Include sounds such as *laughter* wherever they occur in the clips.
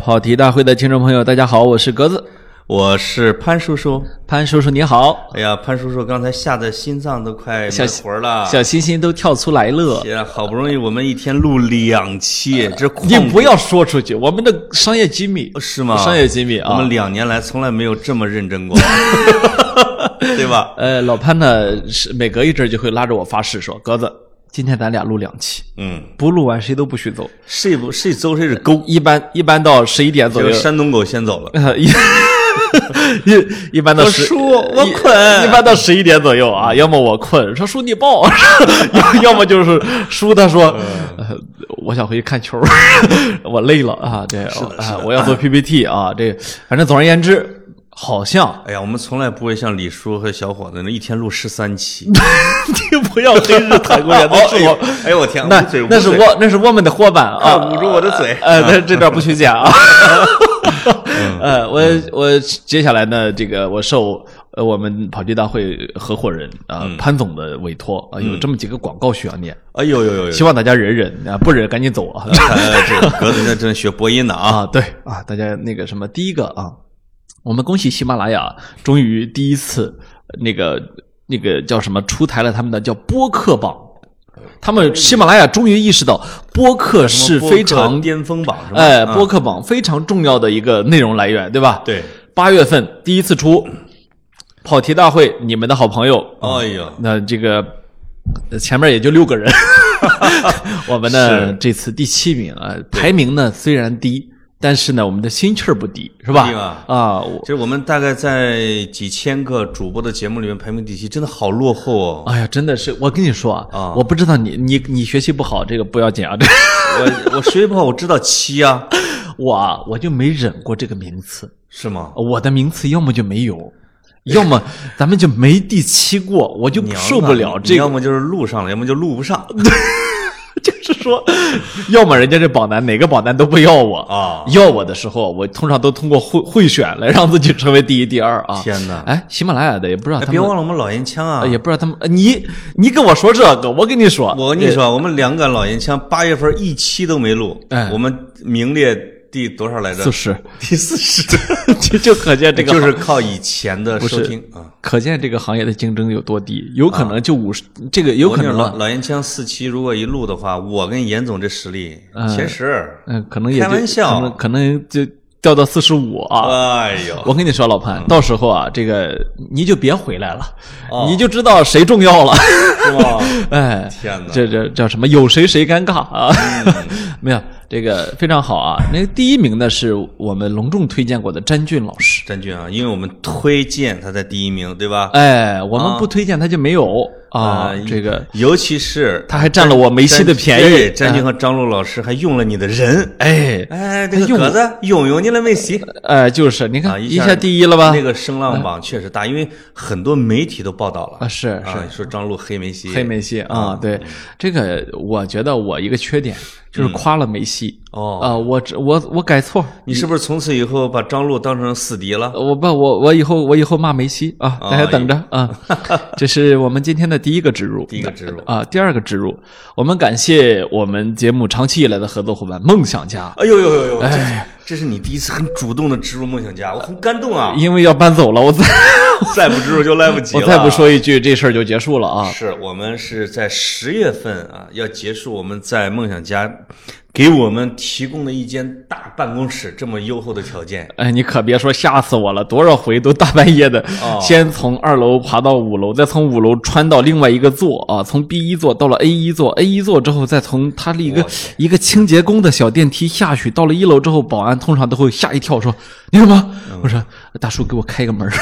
跑题大会的听众朋友，大家好，我是格子，我是潘叔叔。潘叔叔你好，哎呀，潘叔叔刚才吓得心脏都快小没活儿了。哎小星星都跳出来了，呀，好不容易我们一天录两期，这旷哎你不要说出去，我们的商业机密是吗？商业机密啊我，们两年来从来没有这么 *laughs* 认真过，对吧？呃，老潘呢是每隔一阵儿就会拉着我发誓说，格子，今天咱俩录两期，嗯，不录完谁都不许走。谁不谁走谁是狗，一般一般到十一点这左个右，山东狗先走了。呃 *laughs* *laughs* 一一一般到我十，输我一困一般到十一点左右啊，要么我 *laughs* 困，说叔你抱，要要么就是叔他说，嗯呃，我想回去看球儿， *laughs* 我累了啊，对，啊我要做 PPT 啊，这反正总而言之，好 *laughs* 像哎呀，我们从来不会像李叔和小伙子那一天录十三期。你不 *laughs* 要黑日谈过来的是我。 *laughs* 哎呦我天，那捂嘴那是捂嘴我那是我们的伙伴啊，啊捂住我的嘴呃， *laughs* 这这段不许剪啊。呃，我嗯我接下来呢，这个我受呃我们跑题大会合伙人啊、嗯潘总的委托啊、有这么几个广告需要念，哎呦呦呦希呦！望大家忍忍啊，不忍赶紧 *laughs* 走啊哎这个格子在这学播音呢啊！啊！对啊，大家那个什么，第一个啊，我们恭喜喜马拉雅终于第一次呃那个那个叫什么出台了他们的叫播客榜。他们喜马拉雅终于意识到播客 *laughs* 是非播客常巅峰榜是吧？哎，啊播客榜非常重要的一个内容来源，对吧？。对，八月份第一次出跑题大会，你们的好朋友，哎呦，那这个呃前面也就六个人， *laughs* 我们呢是这次第七名啊，排名呢虽然低，但是呢我们的心气儿不低，是吧低吗？啊，我这我们大概在几千个主播的节目里面排名第七，真的好落后哦。 *laughs* 哎呀，真的是，我跟你说啊啊，我不知道你你你学习不好，这个不要紧啊，这 *laughs* 个我我学习不好，我知道七啊，我啊我就没忍过这个名次，是吗？我的名次要么就没有，要么咱们就没第七过，我就娘啊受不了你这要个。么就是录上了，要么就录 *laughs* 不上就是说，要么人家这榜单哪个榜单都不要我，啊！要我的时候，我通常都通过会会选来让自己成为第一、第二啊。天哪！哎，喜马拉雅的也不知道哎，他别们，忘了我们老烟枪啊呃！也不知道他们，呃你你跟我说这个，我跟你说，呃我跟你说啊，我们两个老烟枪八月份一期都没录哎，我们名列第多少来着四？ *laughs* 十，第四十，就就可见 *laughs* 这个 *laughs* 就是行靠以前的不收是听啊。可见这个行业的竞争有多低，有可能就五十，这个有我可跟你能说老啊，老烟枪四期如果一录的话，我跟严总这实力哎前十。嗯，可能也就开玩笑可能可能就掉到四十五啊。哎呦，我跟你说，老潘，到时候啊，这个你就别回来了，嗯哦你就知道谁重要 *laughs* 了。是吗？哎，天哪！嗯这这叫什么？有谁谁尴尬啊？没有，这个非常好啊。那个第一名呢，是我们隆重推荐过的詹俊老师。詹俊啊，因为我们推荐他在第一名，对吧？哎，我们不推荐他就没有啊。呃这个尤其是他还占了我梅西的便詹对宜。詹俊和张璐老师还用了你的人，哎哎，这个用格子用用你了梅西哎，就是你啊，看一下下第一了吧嗯那？个声浪榜确实大，因为很多媒体都报道啊，了是是啊，嗯说张璐黑梅西，黑梅西啊，对这个，我觉得我一个缺点就是夸了梅西嗯哦，啊，我只我我改错。你是不是从此以后把张璐当成死敌了？我不，我我以后我以后骂梅西啊，啊大家等着 *laughs* 啊！这是我们今天的第一个植入，第一个植入啊，第二个植入，我们感谢我们节目长期以来的合作伙伴梦想家，哎呦呦呦呦，这是这是你第一次很主动的植入梦想家，我很感动啊！因为要搬走了，我再再不植入就来不及哎我了，再不说一句，这事儿就结束了啊！是我们是在十月份啊，要结束我们在梦想家给我们提供的一间大办公室这么优厚的 *laughs* 条件，哎，你可别说，吓死我了！多少回都大半夜的，哦先从二楼爬到五楼，再从五楼穿到另外一个座啊，从 B 一座到了 A 一座，A 一座之后，再从它的一个哇一个清洁工的小电梯下去，到了一楼之后，保安通常都会吓一跳，说：“你什么？”嗯我说：“大叔，给我开个门儿。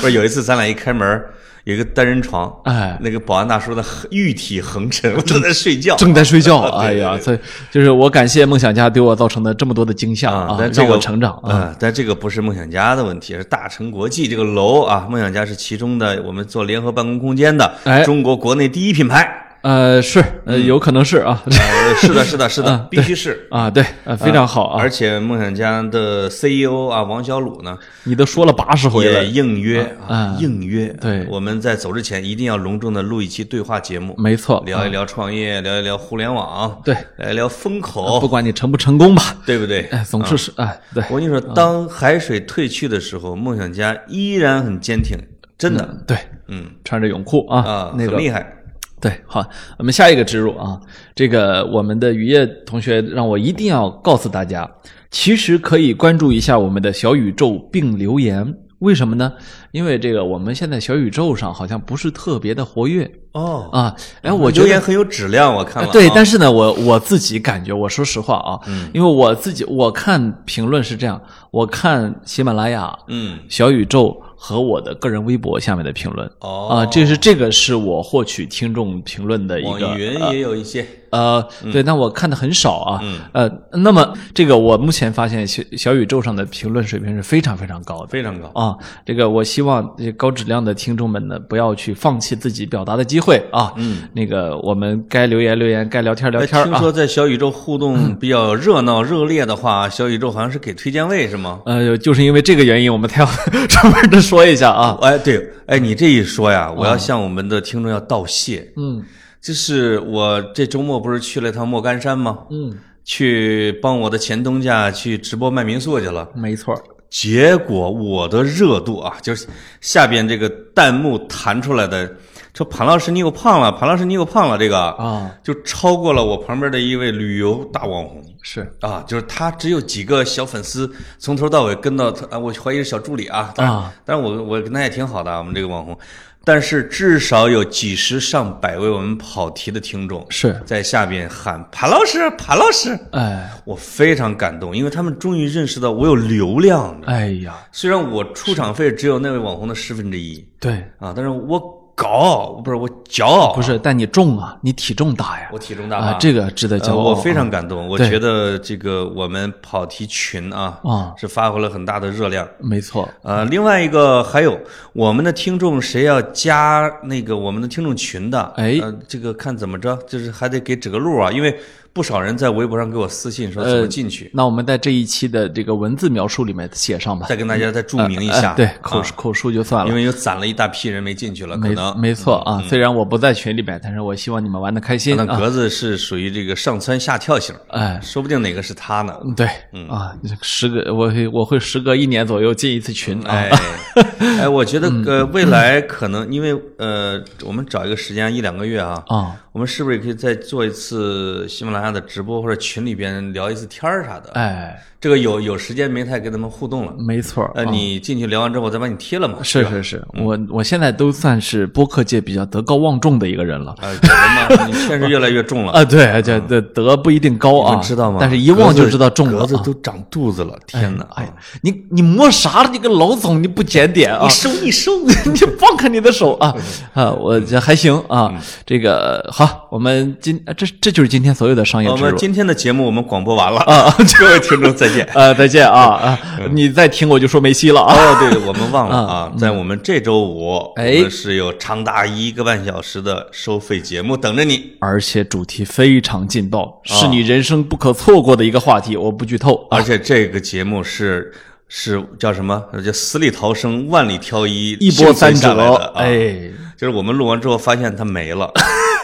不是有一次咱俩一开门，有一个单人床，哎那个保安大叔的 *laughs* 玉体横陈，我正在睡觉”正在睡觉，哎 *laughs* 对对呀，对所以就是我感谢梦想家对我造成的这么多的惊吓啊啊，，但这让个我成长啊。啊，但这个不是梦想家的问题，而是大成国际这个楼啊，梦想家是其中的我们做联合办公空间的哎 *laughs* 中国国内第一品牌。呃，是，呃，嗯有可能是啊，呃，是的，是的，是的，必须是。啊，对，呃，非常好啊，嗯而且梦想家的 CEO 啊，王小鲁呢你都说了八十回也了，应约啊啊，应约。对我们在走之前一定要隆重的录一期对话节目，没错，啊聊一聊创业，聊一聊互联网，对，聊一聊风啊不口，管你成不成 *laughs* 功吧，对不对？哎，总是是哎，对，啊我跟你说，当海水退去的时候，梦想家依然很坚挺，真的，对，嗯穿着泳裤啊，啊，那很个厉害，对，好，我们下一个植入啊，这个我们的雨夜同学让我一定要告诉大家，其实可以关注一下我们的小宇宙并留言，为什么呢？因为这个我们现在小宇宙上好像不是特别的活跃哦，啊，哎，我觉留得言很有质量，我看了啊，嗯对，但是呢，我我自己感觉，我说实话啊，因为我自己我看评论是这样，我看喜马拉雅、嗯，小宇宙和我的个人微博下面的评论。哦啊，这是这个是我获取听众评论的一网个易云嗯也有一些，呃，对，但我看的很少啊。嗯呃，那么这个我目前发现小小宇宙上的评论水平是非常非常高的非常高，啊。这个我希望这些高质量的听众们呢，不要去放弃自己表达的机会啊。嗯，那个我们该留言留言，该聊天聊哎天听啊。说在小宇宙 *laughs* 互动比较热闹热烈的话，小宇宙好像是给推荐位是吗？呃，就是因为这个原因，我们才要 *laughs* 专门的说一下啊。哎，对，哎，你这一说呀，我要向我们的听众要道谢。嗯就是我这周末不是去了趟莫干山吗？嗯，去帮我的前东家去直播卖民宿去了。没错儿，结果我的热度啊，就是下边这个弹幕弹出来的，说盘老师你又胖了，盘老师你又胖了，这个啊，就超过了我旁边的一位旅游大网红。是啊，就是他只有几个小粉丝，从头到尾跟到他，啊我怀疑是小助理啊。当然啊，但是我我跟他也挺好的啊，我们这个网红，但是至少有几十上百位我们跑题的听众是，在下边喊潘老师，潘老师，哎我非常感动，因为他们终于认识到我有流量的，哎呀，虽然我出场费只有那位网红的十分之一对，啊，但是我高，不是我骄傲，不是，但你重啊，你体重大呀我，体重大啊吧，？这个值得骄呃，傲我啊。非常感动，我对觉得这个我们跑题群啊，啊是发挥了很大的热量。没错，呃，另外一个还有我们的听众谁要加那个我们的听众群的，哎呃这个看怎么着，就是还得给指个路啊，因为不少人在微博上给我私信呃说怎么进去，那我们在这一期的这个文字描述里面写上吧，再跟大家再注明一下，哎对，啊口口述就算因了。为又攒了一大批人没进去了，没可能。嗯没错啊，虽然我不在群里面，但是我希望你们玩的开心那啊。格子是属于这个上蹿下跳型，哎，说不定哪个是他呢。嗯对啊，时隔我会我会时隔一年左右进一次群啊嗯哎，哎，我觉得呃，未来可能因为呃，我们找一个时间一两个月啊，啊，我们是不是也可以再做一次喜马拉雅的直播或者群里边聊一次天儿啥的？哎，这个有有时间没太跟他们互动了。没错呃，啊你嗯进去聊完之后，我再把你踢了嘛。是是是，我我现在都算是播客界比较德高望重的一个人了。啊，可能嘛，你确实越来越重了。啊，对，这这德不一定高你啊，们知道吗？但是一望格就子知道重了格子啊。都嗯长肚子了，天哪！哎，你你摸啥了？你个老总，你不检点啊一！收一收，你放开你的手啊！啊，我这还行嗯啊。这个好，我们今这这就是今天所有的商业我植们入今天的节目我们广播完了，啊。啊各位听众 *laughs* 再见。呃，再见啊 *laughs* 啊！嗯你再听我就说梅西了啊。哦，对，我们忘了啊，在我们这周五，我嗯哎们是有长达一个半小时的收费节目等着你，而且主题非常劲爆，嗯是你人生不可错过的一个话题。我不剧透啊而，且这个节目是是叫什么？叫死里逃生，万里挑一，一波三嗯幸存下来折的。啊，哎就是我们录完之后发现它没了，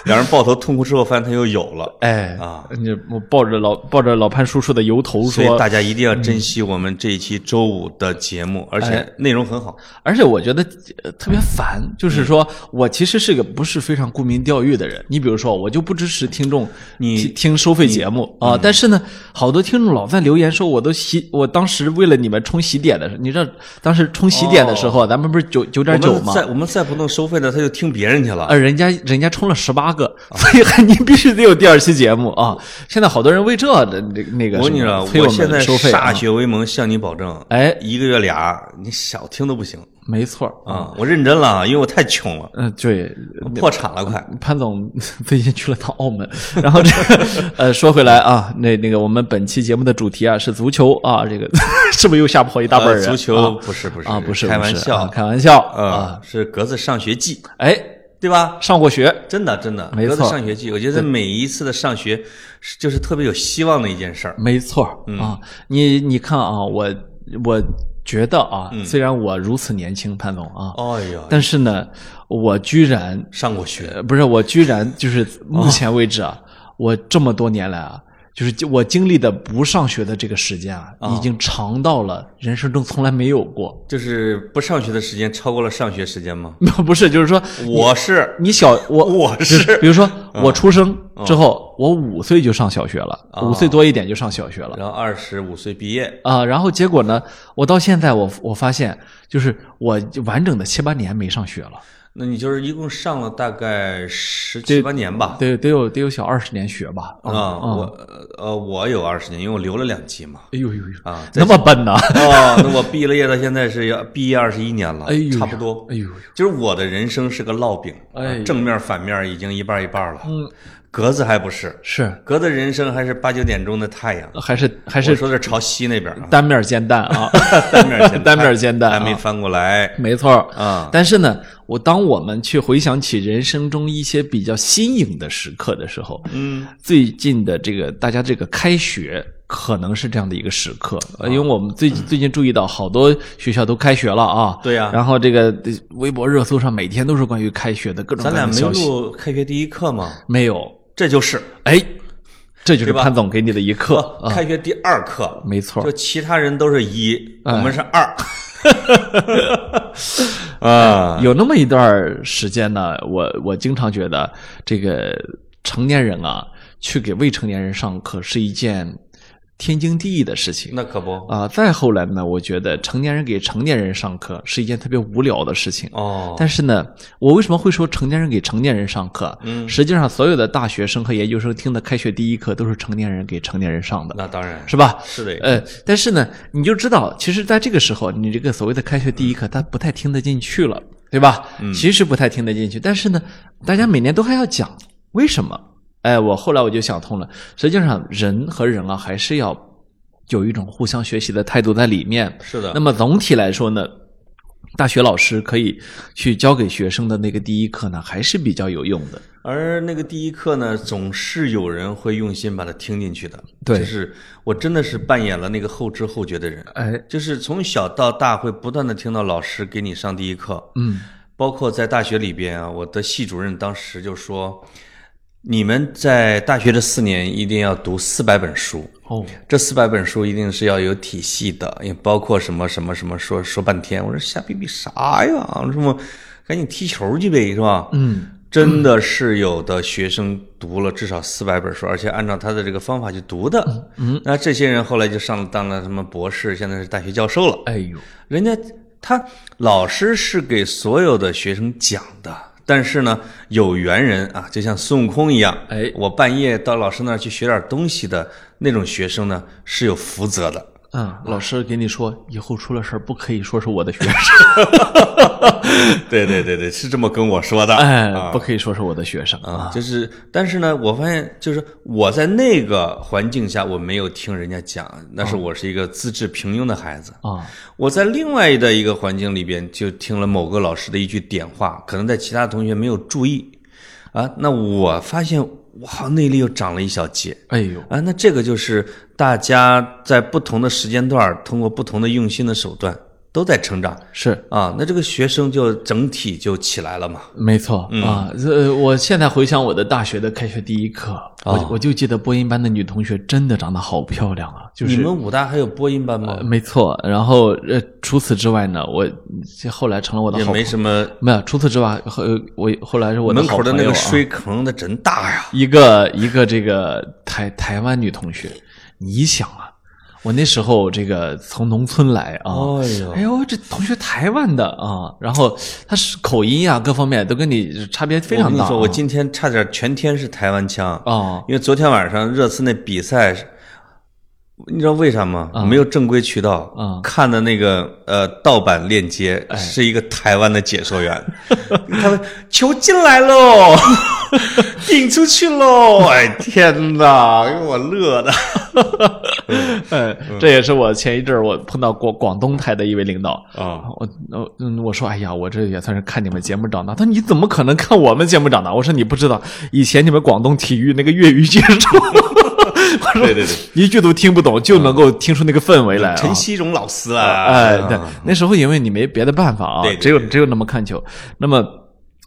两人抱头痛哭之后发现它又有了。哎啊！你我抱着老抱着老潘叔叔的油头所以说，嗯大家一定要珍惜我们这一期周五的节目，而哎且内容很好。而且我觉得呃特别烦，嗯就是说我其实是个不是非常沽名钓誉的人。你比如说，我就不支持听众你嗯听听收费节目啊，但是呢，好多听众老在留言说，我都洗，我当时为了你们冲洗点的时候，你知道当时冲洗点的时候，咱们不是九九哦我点九们吗？再我们再不弄收费的，他就听别人去了。呃，人家人家充了十八个，啊所以还你必须得有第二期节目啊！现在好多人为这这这那个我跟你什么说，催我们现在收费啊歃血为盟，向你保证，哎一个月俩，你少听都不行没错儿啊，啊！我认真了啊，因为我太穷了，嗯、对，破产了快。潘总 *laughs* 最近去了趟澳门， *laughs* 然后这个呃，说回来啊，那那个我们本期节目的主题啊是足球啊，这个是不是又吓跑一大半呃人？足啊球不是不是啊，不是开不玩是啊笑呃嗯开玩笑啊，啊，是格子上学记，哎，对吧？上过学，真的真的，没格子错上学季，我觉得每一次的上学是就是特别有希望的一件事儿。没错儿嗯啊。你你看啊，我我觉得啊，嗯虽然我如此年轻，潘总啊，哎呀，但是呢，我居然上过学，呃，不是，我居然就是哦目前为止啊，我这么多年来啊，就是经我经历的不上学的这个时间啊，哦已经长到了人生中从来没有过。 *laughs* 就是不上学的时间超过了上学时间吗？不是，就是说我是你小我我嗯就是比如说我出生之后，我五岁就上小学了，五岁多一点就上小学了。哦然后二十五岁毕业，啊、然后结果呢？我到现在我我发现，就是我完整的七八年没上学了，那你就是一共上了大概十七八年吧？得得有得有小二十年学吧？啊，嗯我呃我有二十年，因为我留了两级嘛。哎呦呦呦，啊，那么笨呢？哦，那我毕了业到现在是要毕业二十一年了，哎呦呦差不多。哎呦呦，就是我的人生是个烙饼，啊哎呦正面反面已经一半一半了。嗯，格子还不是，是格子人生还是八九点钟的太阳。还是还我是说的是朝西那边啊，单面煎蛋 *laughs* 啊，单面煎单面煎蛋啊还没翻过来没错儿。啊。但是呢，我当我们去回想起人生中一些比较新颖的时刻的时候，嗯，最近的这个大家这个开学可能是这样的一个时刻，啊呃因为我们最近最近注意到好多学校都开学了啊。嗯对呀然后这个呃微博热搜上每天都是关于开学的各种咱各俩样的没消息。录开学第一课吗？没有，这就是哎，这就是对吧哦潘总给你的一课不啊，开学第二课，没错就儿。其他人都是一，我哎们是 *laughs* 二。啊，有那么一段儿时间呢，我我经常觉得这个成年人啊，去给未成年人上课是一件天经地义的事情。那可不啊、再后来呢，我觉得成年人给成年人上课是一件特别无聊的事情。哦。但是呢，我为什么会说成年人给成年人上课？嗯，实际上所有的大学生和研究生听的开学第一课都是成年人给成年人上的，那当然是吧？是的，呃，但是呢，你就知道，其实在这个时候，你这个所谓的开学第一课，他不太听得进去了，对吧？其实不太听得进去，但是呢，大家每年都还要讲，为什么？哎，我后来我就想通了，实际上人和人啊，还是要有一种互相学习的态度在里面。是的那。么总体来说呢，大学老师可以去教给学生的那个第一课呢，还是比较有用的。而那个第一课呢，总是有人会用心把它听进去的。对就是我真的是扮演了那个后知后觉的人，哎，就是从小到大会不断的听到老师给你上第一课，嗯，包括在大学里边啊，我的系主任当时就说，你们在大学这四年一定要读四百本书，哦，这四百本书一定是要有体系的，也包括什么什么什么说说半天。我说瞎逼逼啥呀？什么赶紧踢球去呗，是吧？嗯，真的是有的学生读了至少四百本书，而且按照他的这个方法去读的。嗯，那这些人后来就上了当了什么博士，现在是大学教授了。哎呦，人家他老师是给所有的学生讲的，但是呢，有缘人啊，就像孙悟空一样，哎我半夜到老师那儿去学点东西的那种学生呢，是有福泽的。 *clears throat* 嗯，老师给你说，以后出了事儿不可以说是我的学生，对对对对，是这么跟我说的。哎啊，不可以说是我的学生啊，就是，但是呢，我发现就是我在那个环境下，我没有听人家讲，那哦是我是一个资质平庸的孩子。啊，我在另外的一个环境里边，就听了某个老师的一句点化，可能在其他同学没有注意，啊，那我发现哇，内力又长了一小截哎呦，啊，那这个就是大家在不同的时间段儿，通过不同的用心的手段，都在成长是啊，那这个学生就整体就起来了嘛。没错、嗯啊。呃，我现在回想我的大学的开学第一课，啊我我就记得播音班的女同学真的长得好漂亮啊，就是你们武大还有播音班吗？呃没错。然后呃，除此之外呢，我这后来成了我的也好朋没友，什么，没有。除此之外，后呃我后来是我的门好口朋友、的啊、那个水坑的真大呀。一个一个这个台台湾女同学，你想啊，我那时候这个从农村来啊，哎呦哎呦，这同学台湾的啊，然后她是口音啊，各方面都跟你差别非我常跟你大啊。说，我今天差点全天是台湾腔 *laughs* 哦因为昨天晚上热刺那比赛，你知道为啥吗？啊没有正规渠道，嗯看的那个呃盗版链接哎是一个台湾的解 *laughs* 说员，他们球进来喽，顶出去喽，哎天哪，给我乐的，嗯， *laughs* 这也是我前一阵儿我碰到过广东台的一位领导啊我我嗯我说哎呀，我这也算是看你们节目长大。他说你怎么可能看我们节目长大？我说你不知道，以前你们广东体育那个粤语解说， *laughs* 我说对对对，一句都听不懂，就能够听出那个氛围来、啊。陈锡荣老师啊，哎，对，那时候因为你没别的办法啊，对对对只有只有那么看球。那么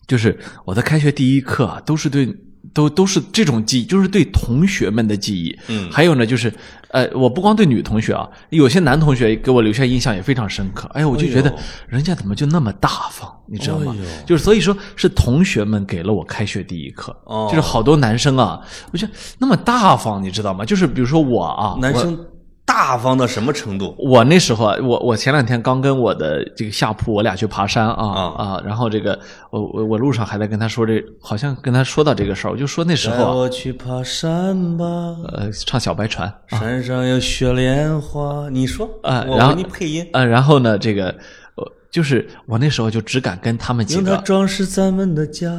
就是我在开学第一课啊、都是对。都都是这种记忆，就是对同学们的记忆。嗯还有呢，就是，呃，我不光对女同学啊，有些男同学给我留下印象也非常深刻。哎呦，我就觉得哎呦人家怎么就那么大方，你知道吗哎呦？就是所以说是同学们给了我开学第一课，哦就是好多男生啊，我觉得那么大方，你知道吗？就是比如说我啊，男生大方到什么程度？我那时候啊，我我前两天刚跟我的这个下铺，我俩去爬山啊啊啊，然后这个我我我路上还在跟他说这，好像跟他说到这个事儿，我就说那时带候啊，我去爬山吧，呃，唱小白船，山上有雪莲花。你说啊我然后为你配音，呃，然后呢，这个呃，就是我那时候就只敢跟他们几用它个装饰咱们的家。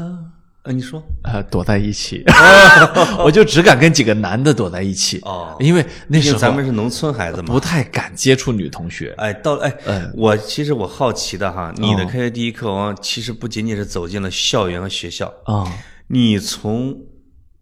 啊，你说呃躲在一起， *laughs* 我就只敢跟几个男的躲在一起，哦因为那毕时竟候咱们是农村孩子嘛不。太敢接触女同学，哎，到哎哎，我其实我好奇的哈，你的哦开学第一课，我其实不仅仅是走进了校园和学校，啊你从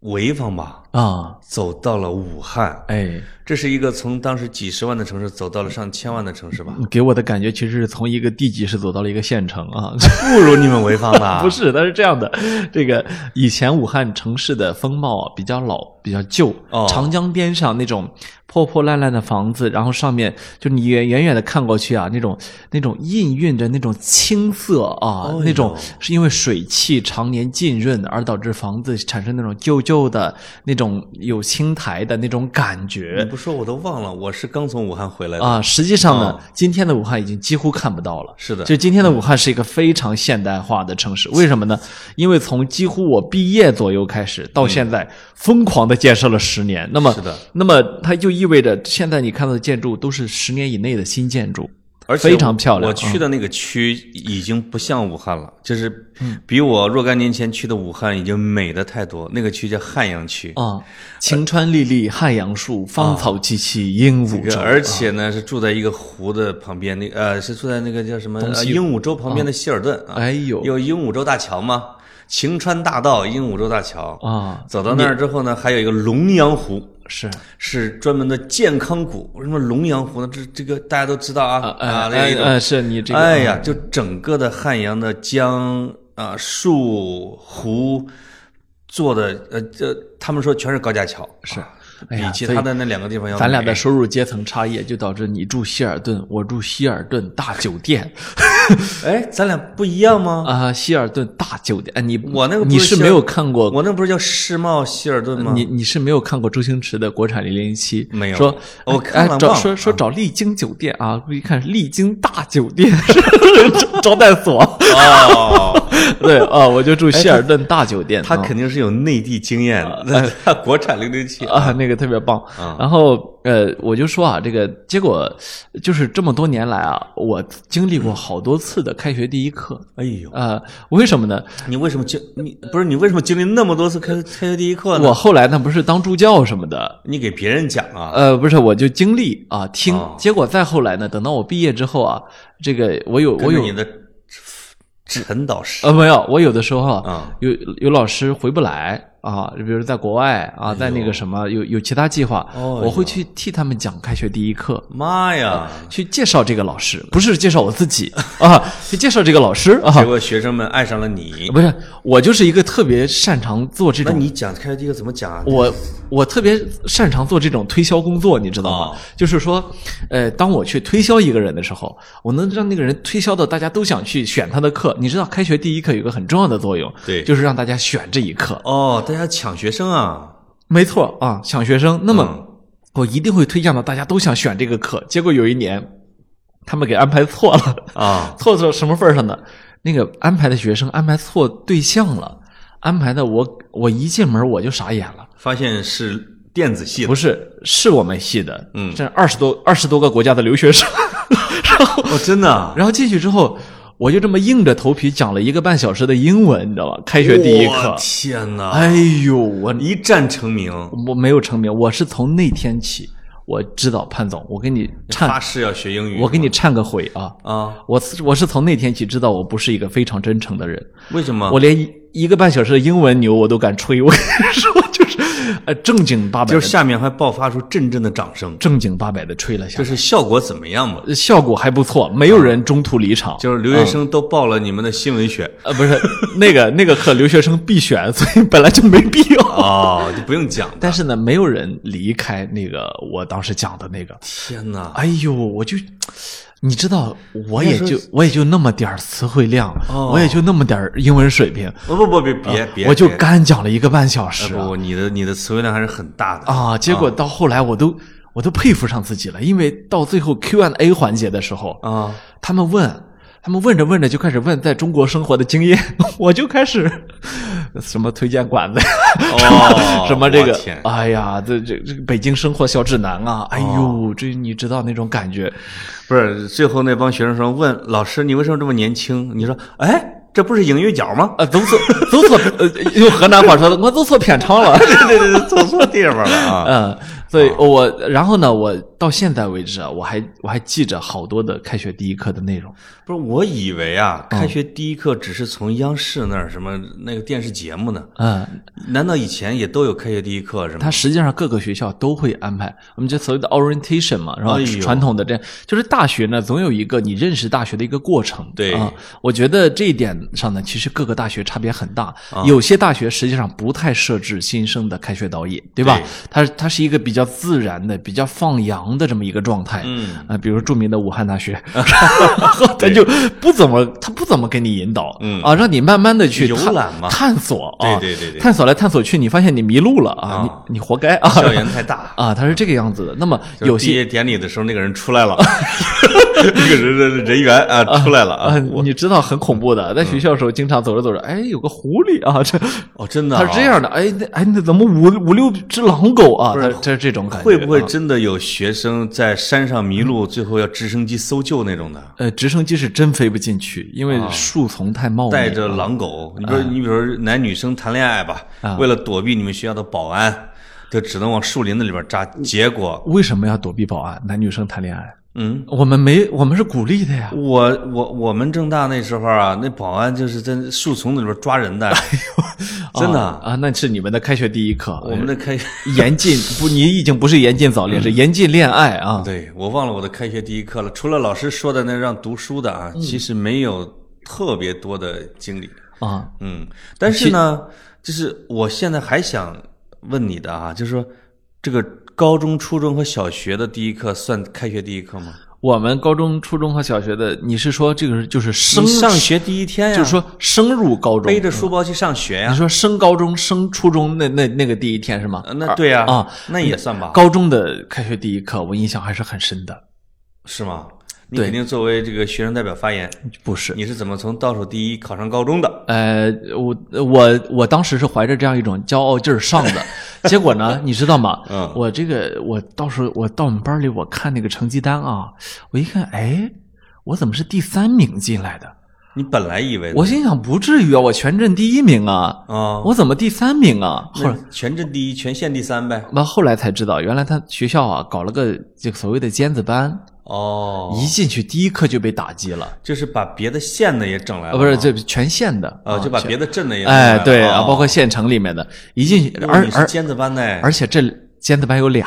潍坊吧啊，走到了武汉，哎，这是一个从当时几十万的城市走到了上千万的城 *laughs* 市吧？给我的感觉其实是从一个地级市走到了一个县城啊。不如你们潍坊 *laughs* 吧？不是，它是这样的，这个以前武汉城市的风貌啊比较老，比较旧，哦长江边上那种破破烂烂的房子，然后上面就你远远远的看过去啊，那种那种氤氲着那种青色啊，哦那种哟是因为水汽常年浸润而导致房子产生那种旧旧的、那种有青苔的那种感你觉。不说我都忘了，我是刚从武汉回来的。啊，实际上呢哦，今天的武汉已经几乎看不到了。是的，就今天的武汉是一个非常现代化的嗯城市，为什么呢？因为从几乎我毕业左右开始到现在，疯狂的建设了十年。那么嗯是的，那么它就意味着现在你看到的建筑都是十年以内的新建筑。而且非常漂亮嗯我去的那个区已经不像武汉了，就是嗯比我若干年前去的武汉已经美的太多。那个区叫汉阳区，啊、晴川历历汉阳树，芳草萋萋鹦这鹉个洲。而且呢是住在一个湖的旁边，那呃是住在那个叫什么东呃西鹦鹉洲旁边的希尔顿啊，哎呦有鹦鹉洲大桥吗？晴川大道、鹦鹉洲大桥。啊，走到那儿之后呢，还有一个龙阳湖，是是专门的健康谷。为什么龙阳湖呢？这这个大家都知道啊哎啊，那哎一种哎，是你这个，哎呀，就整个的汉阳的江啊、树湖做的，呃，这他们说全是高架桥，是啊哎呀比其他的那两个地方要啊咱俩美的收入阶层差异就导致你住希尔顿，我住希尔顿大酒店。哎，咱俩不一样吗？啊、希尔顿大酒店，哎你我那个不你是是希没尔有看过，我那不是叫世贸希尔顿吗？嗯你你是没有看过周星驰的国产零零七？没有说我哎看了找忘了啊说说找丽晶酒店啊，一看是丽晶大酒店 *laughs* 招招待所， *laughs* 哦，对啊，我就住希尔顿大酒店，哎他啊肯定是有内地经验嗯的，他国产零零七啊，那个特别棒。啊然后呃，我就说啊，这个结果就是这么多年来啊，我经历过好多次的开学第一课。哎呦，呃，为什么呢？你为什么经你不是你为什么经历那么多次开开学第一课呢？呃我后来呢不是当助教什么的，你给别人讲啊，呃，不是，我就经历啊听哦，结果再后来呢，等到我毕业之后啊，这个我有我跟着有你的陈导师呃没有，我有的时候啊，啊，有有老师回不来啊，比如在国外啊，在那个什么有有其他计划，哎哦我会去替他们讲开学第一课。妈呀！去介绍这个老师，不是介绍我自己啊，去介绍这个老师啊结，果学生们爱上了你。不是，我就是一个特别擅长做这那种你讲开学第一个怎么讲啊？我我特别擅长做这种推销工作，你知道吗？哦就是说，呃，当我去推销一个人的时候，我能让那个人推销到大家都想去选他的课。你知道，开学第一课有一个很重要的作用，对就是让大家选这一课。哦，大家抢学生啊！没错啊，抢学生。那么、嗯我一定会推荐到大家都想选这个课。结果有一年，他们给安排错了， *laughs* 啊，错到什么份儿上呢？那个安排的学生安排错对象了，安排的我我一进门我就傻眼了。发现是电子系的不，是，是我们系的，嗯这二十多二十多个国家的留学 *laughs* 生，然后哦，真的啊，然后进去之后，我就这么硬着头皮讲了一个半小时的英文，你知道吧？开学第一课我，天哪！哎呦，我一战成名，我没有成名，我是从那天起，我知道潘总，我跟你发忏，誓要学英语。我给你忏个悔啊，啊，我是我是从那天起知道我不是一个非常真诚的人，为什么？我连一一个半小时的英文牛我都敢吹，我跟你说就是，呃，正经八百就是的下面还爆发出阵阵的掌声，正经八百的吹了下就，是效果怎么样嘛？来，呃效果还不错，没有人中途离场。就是留学生都报了你们的新闻学呃，不是那 *laughs* 个那个课留学生必选，所以本来就没必要。哦，就不用讲 *laughs* 的。但是呢，没有人离开那个我当时讲的那个。天哪！哎呦，我就，你知道，我也就我也就那么点儿词汇量，哦我也就那么点儿英文水平，不不不，别别别，啊我就别干讲了一个半小时啊不，你的你的词汇量还是很大的。啊！结果到后来我都我都佩服上自己了，因为到最后 Q&A 环节的时候，啊，他们问，他们问着问着就开始问在中国生活的经验， *laughs* 我就开始什么推荐馆子，什哦么 *laughs* 什么这我个天，哦哎呀，这这这个北京生活小指南啊，哎呦，这你知道那种感觉，不是最后那帮学生说问老师你为什么这么年轻？你说哎，这不是影月角吗？啊，走错走错，呃，用河南话说的，我走错片场了。 *laughs* 对对对，坐错地方了 *laughs* 啊！嗯，所以我然后呢，我到现在为止啊，我还我还记着好多的开学第一课的内容。不是，我以为啊，开学第一课只是从央视那儿什么那个电视节目呢？嗯，难道以前也都有开学第一课是吗它？实际上各个学校都会安排我们这所谓的 orientation 嘛，然后哎呦传统的这样，就是大学呢总有一个你认识大学的一个过程。对啊，我觉得这一点上呢，其实各个大学差别很大，啊有些大学实际上不太设置新生的开学导引，对吧？对它它是一个比较自然的、比较放羊的这么一个状态。嗯啊、比如著名的武汉大 *laughs* 学，他就不怎么，他不怎么给你引导，嗯啊，让你慢慢的去游探览嘛探索啊，对对对对探索来探索去，你发现你迷路了啊，啊你你活该啊，校园太 *laughs* 大， *laughs* 啊，他是这个样子的。那么就是有毕些业典礼的时候那个人出来了， *laughs* 那个人人人员啊出来了啊，啊！你知道很恐怖嗯的，在学校的时候经常走着走着，哎，有个狐狸啊，这 *laughs* 哦，真的啊他是这，样的，哎，那哎，那怎么五五六只狼狗啊？不他是这这种感觉会不会啊真的有学生在山上迷路，最后要直升机搜救那种的？呃，直升机是真飞不进去，因为树丛太茂密，啊带着狼狗，你比如你比如说男女生谈恋爱吧啊，为了躲避你们学校的保安，就只能往树林子里边扎，结果为什么要躲避保安？男女生谈恋爱，嗯。我们没，我们是鼓励的呀。我我我们正大那时候啊，那保安就是在树丛里边抓人的，真的。啊啊，那是你们的开学第一课。我们的开，严禁不，你已经不是严禁早 *laughs* 恋，是严禁恋爱啊。对我忘了我的开学第一课了。除了老师说的那让读书的啊，其实没有特别多的经历。啊，嗯，但是呢，就是我现在还想问你的啊，就是说这个高中、初中和小学的第一课算开学第一课吗？我们高中、初中和小学的，你是说这个是就是升你上，学第一天呀，就是说升入高中背，着书包去上学你呀，说升高中、升初中那那那个第一天是吗呃？那对呀啊，那也算吧。高中的开学第一课，我印象还是很深的。是吗？你对肯定作为这个学生代表发言，不是，你是怎么从倒数第一考上高中的？呃，我我我当时是怀着这样一种骄傲劲儿上 *laughs* 的，结果呢，你知道吗？嗯我这个我到时候我到我们班里，我看那个成绩单啊，我一看，哎，我怎么是第三名进来的？你本来以为呢我心想不至于啊，我全镇第一名啊，啊，我怎么第三名啊？后来那全镇第一，全县第三呗。那后来才知道，原来他学校啊搞了个这个所谓的尖子班，哦，一进去第一课就被打击了，就是把别的县的也整来呃，了，不是这全县的啊，哦就把别的镇的也整来哎了对啊，啊，包括县城里面的，一进去哦而你是而尖子班的哎而且这尖子班有俩，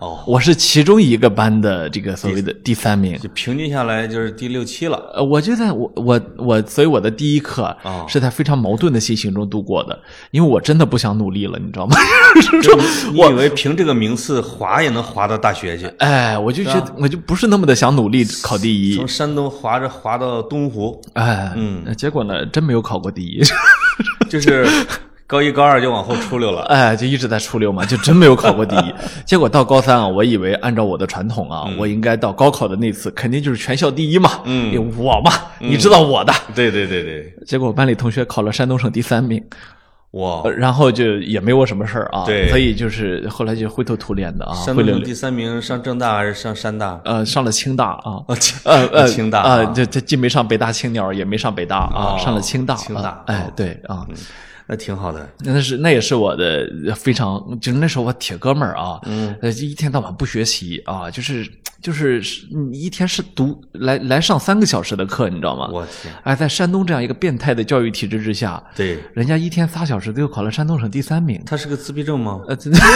哦，我是其中一个班的这个所谓的第三名。就平均下来就是第六 *laughs* 七了。呃，我就在我我我，所以我的第一课哦是在非常矛盾的心情中度过的，因为我真的不想努力了，你知道吗？ *laughs* 你以为凭这个名次滑也能滑到大学去？哎，我就觉啊得我就不是那么的想努力考第一从，山东滑着滑到东湖，哎，嗯，结果呢，真没有考过第一， *laughs* 就是高一高二就往后出溜了。哎，就一直在初六嘛，就真没有考过第一。 *laughs* 结果到高三啊，我以为按照我的传统啊，我应该到高考的那次肯定就是全校第一嘛，嗯有我嘛，你知道我的。对对对对，结果我班里同学考了山东省第三名，哇呃，然后就也没我什么事儿啊，对所以就是后来就灰头土脸的啊，山灰东溜省溜，第三名上正大还是上山大？呃，上了清大啊，哦，清呃呃，清大啊，啊这这既没上北大青鸟，也没上北大啊，哦上了清大，清大啊哎哦，对啊，那挺好的。那是那也是我的非常，就是那时候我铁哥们儿啊，嗯，呃，一天到晚不学习啊，就是就是你一天是读来来上三个小时的课，你知道吗？我天，哎，在山东这样一个变态的教育体制之下，对，人家一天仨小时就考了山东省第三名，他是个自闭症吗？呃，真的 *laughs*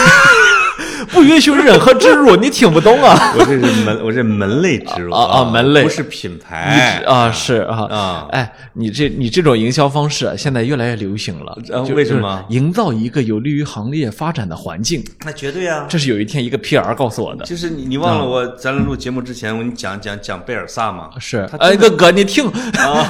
不允许忍和置入，你听不懂啊。 *laughs* 我这是门，我这门类植入啊啊门类不是品你牌只。啊是啊哎啊哎，你这你这种营销方式啊现在越来越流行了，啊就为什么就是营造一个有利于行业发展的环境，那绝对啊，这是有一天一个 PR 告诉我 *laughs* 的。就是你，你忘啊了我咱俩录节目之前，我跟你讲讲讲贝尔 *laughs* 萨嘛？是他，哎，哥哥，你听，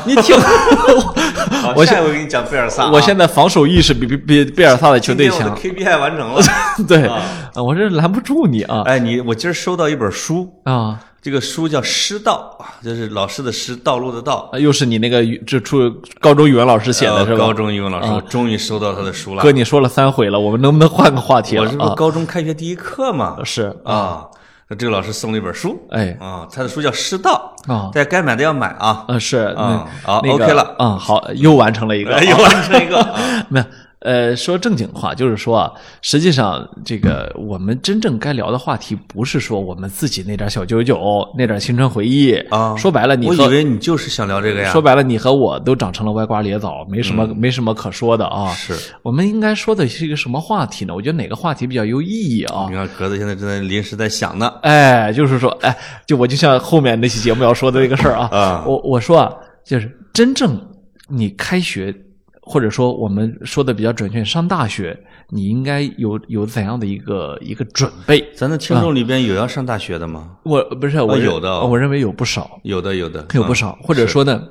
你听，好我下现一回给你讲贝尔萨啊。我现在防守意识比比比贝尔萨的球队今天强我的，KPI 完成了。 *laughs* 对，啊我这拦不住你啊哎，你我今儿收到一本书，啊！这个书叫《师道》，啊就是老师的师，道路的道。又是你那个语这初高中语文老师写的呃是吧啊高？中语文老师，我终于收到他的书了。哥，你说了三回了，我们能不能换个话题我了这不是啊？高中开学第一课嘛？是，啊，那这个老师送了一本书，哎，啊，他的书叫《师道》，啊大家该买的要买 *laughs* 啊。呃，是，啊那好那个 OK 了啊，好，又完成了一个，哎，又 *laughs* 完成一个，啊 *laughs* 没有，呃，说正经话，就是说啊，实际上这个我们真正该聊的话题，不是说我们自己那点小九九，那点青春回忆啊说白了，你我和以为你就是想聊这个呀。嗯说白了，你和我都长成了歪瓜裂枣，没什么、没什么可说的啊。是，我们应该说的是一个什么话题呢？我觉得哪个话题比较有意义啊你？看格子现在正在临时在想呢。哎，就是说，哎，就我就像后面那期节目要说的那个事儿 *laughs* 啊，啊我我说啊，就是真正你开学，或者说我们说的比较准确，上大学，你应该有有怎样的一个一个准备？咱的听众里边有要上大学的吗？我不是啊我认、有的哦我认为有不少，有的，有的，有不嗯少，或者说呢。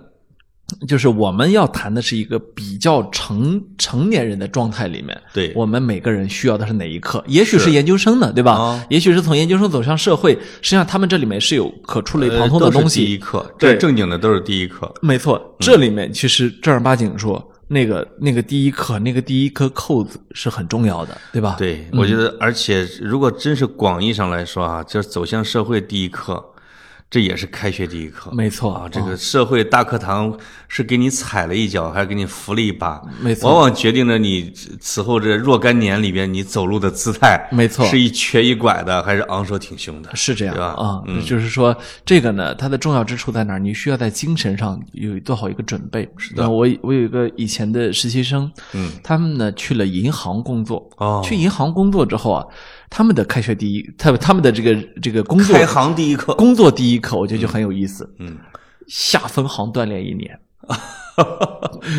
就是我们要谈的是一个比较成成年人的状态里面，啊对我们每个人需要的是哪一课？也许是是研究生的，对吧？啊也许是从研究生走向社会，实际上他们这里面是有可触类呃旁通都的是东第一西。课，对这正经的都是第一课。没嗯错，这里面其实正儿八经说，那个那个第一课，那个第一颗扣子是很重要的，对吧？，对，我觉得，而且如果真是广义上来说啊，就是走向社会第一课，这也是开学第一课。没错啊，这个社会大课堂是给你踩了一脚，还是给你扶了一把？没错往往决定着你此后这若干年里边你走路的姿态。没错是一瘸一拐的，还是昂首挺胸的？是这样对吧嗯啊，就是说这个呢，它的重要之处在哪儿？你需要在精神上有做好一个准备。是的，我我有一个以前的实习生，嗯，他们呢去了银行工作，哦去银行工作之后啊，他们的开学第一，他他们的这个这个工作开行第一课，工作第一课，我觉得就很有意思。嗯，下分行锻炼一 *laughs* 年，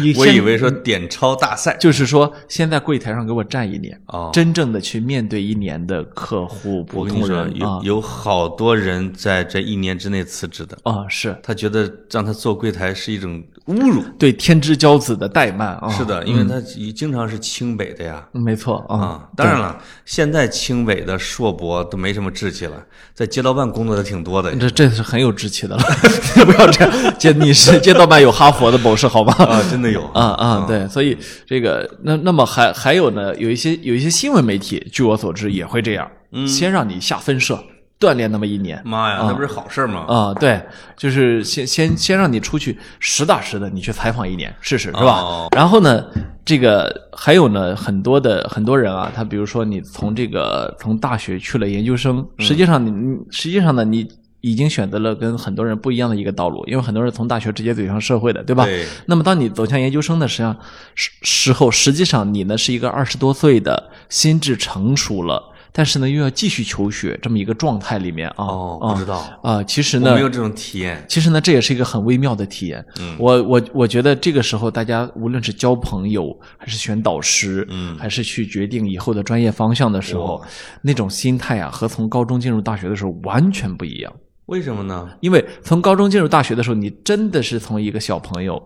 你我先以为说点钞大赛就是说先在柜台上给我站一年，哦真正的去面对一年的客户、我普跟你通说，人啊有有好多人在这一年之内辞职的，啊是。他觉得让他做柜台是一种侮辱。对天之骄子的怠慢啊。是的，因为他经常是清北的呀。嗯，没错啊啊，，当然了，现在清北的硕博都没什么志气了，在街道办工作的挺多的这这是很有志气的了， *laughs* 不要这样。街你是街道办有哈佛的博士好吗？啊，真的有啊啊，对，所以这个那那么还还有呢，有一些有一些新闻媒体，据我所知也会这样，嗯先让你下分社，锻炼那么一年。妈呀，那不是好事儿吗？啊、对，就是先先先让你出去实打实的，你去采访一年试试，是吧？哦然后呢，这个还有呢，很多的很多人啊，他比如说你从这个从大学去了研究生，实嗯际上你、你实际上呢，你已经选择了跟很多人不一样的一个道路，因为很多人从大学直接走向社会的，对吧？啊对那么当你走向研究生的实际上时时候，实际上你呢是一个二十多岁的心智成熟了。但是呢，又要继续求学这么一个状态里面啊，哦，啊不知道，啊、其实我呢没，有这种体验。其实呢，这也是一个很微妙的体验。嗯我我我觉得这个时候，大家无论是交朋友，还是选导师，嗯还是去决定以后的专业方向的时候，那种心态啊，和从高中进入大学的时候完全不一样。为什么呢？因为从高中进入大学的时候，你真的是从一个小朋友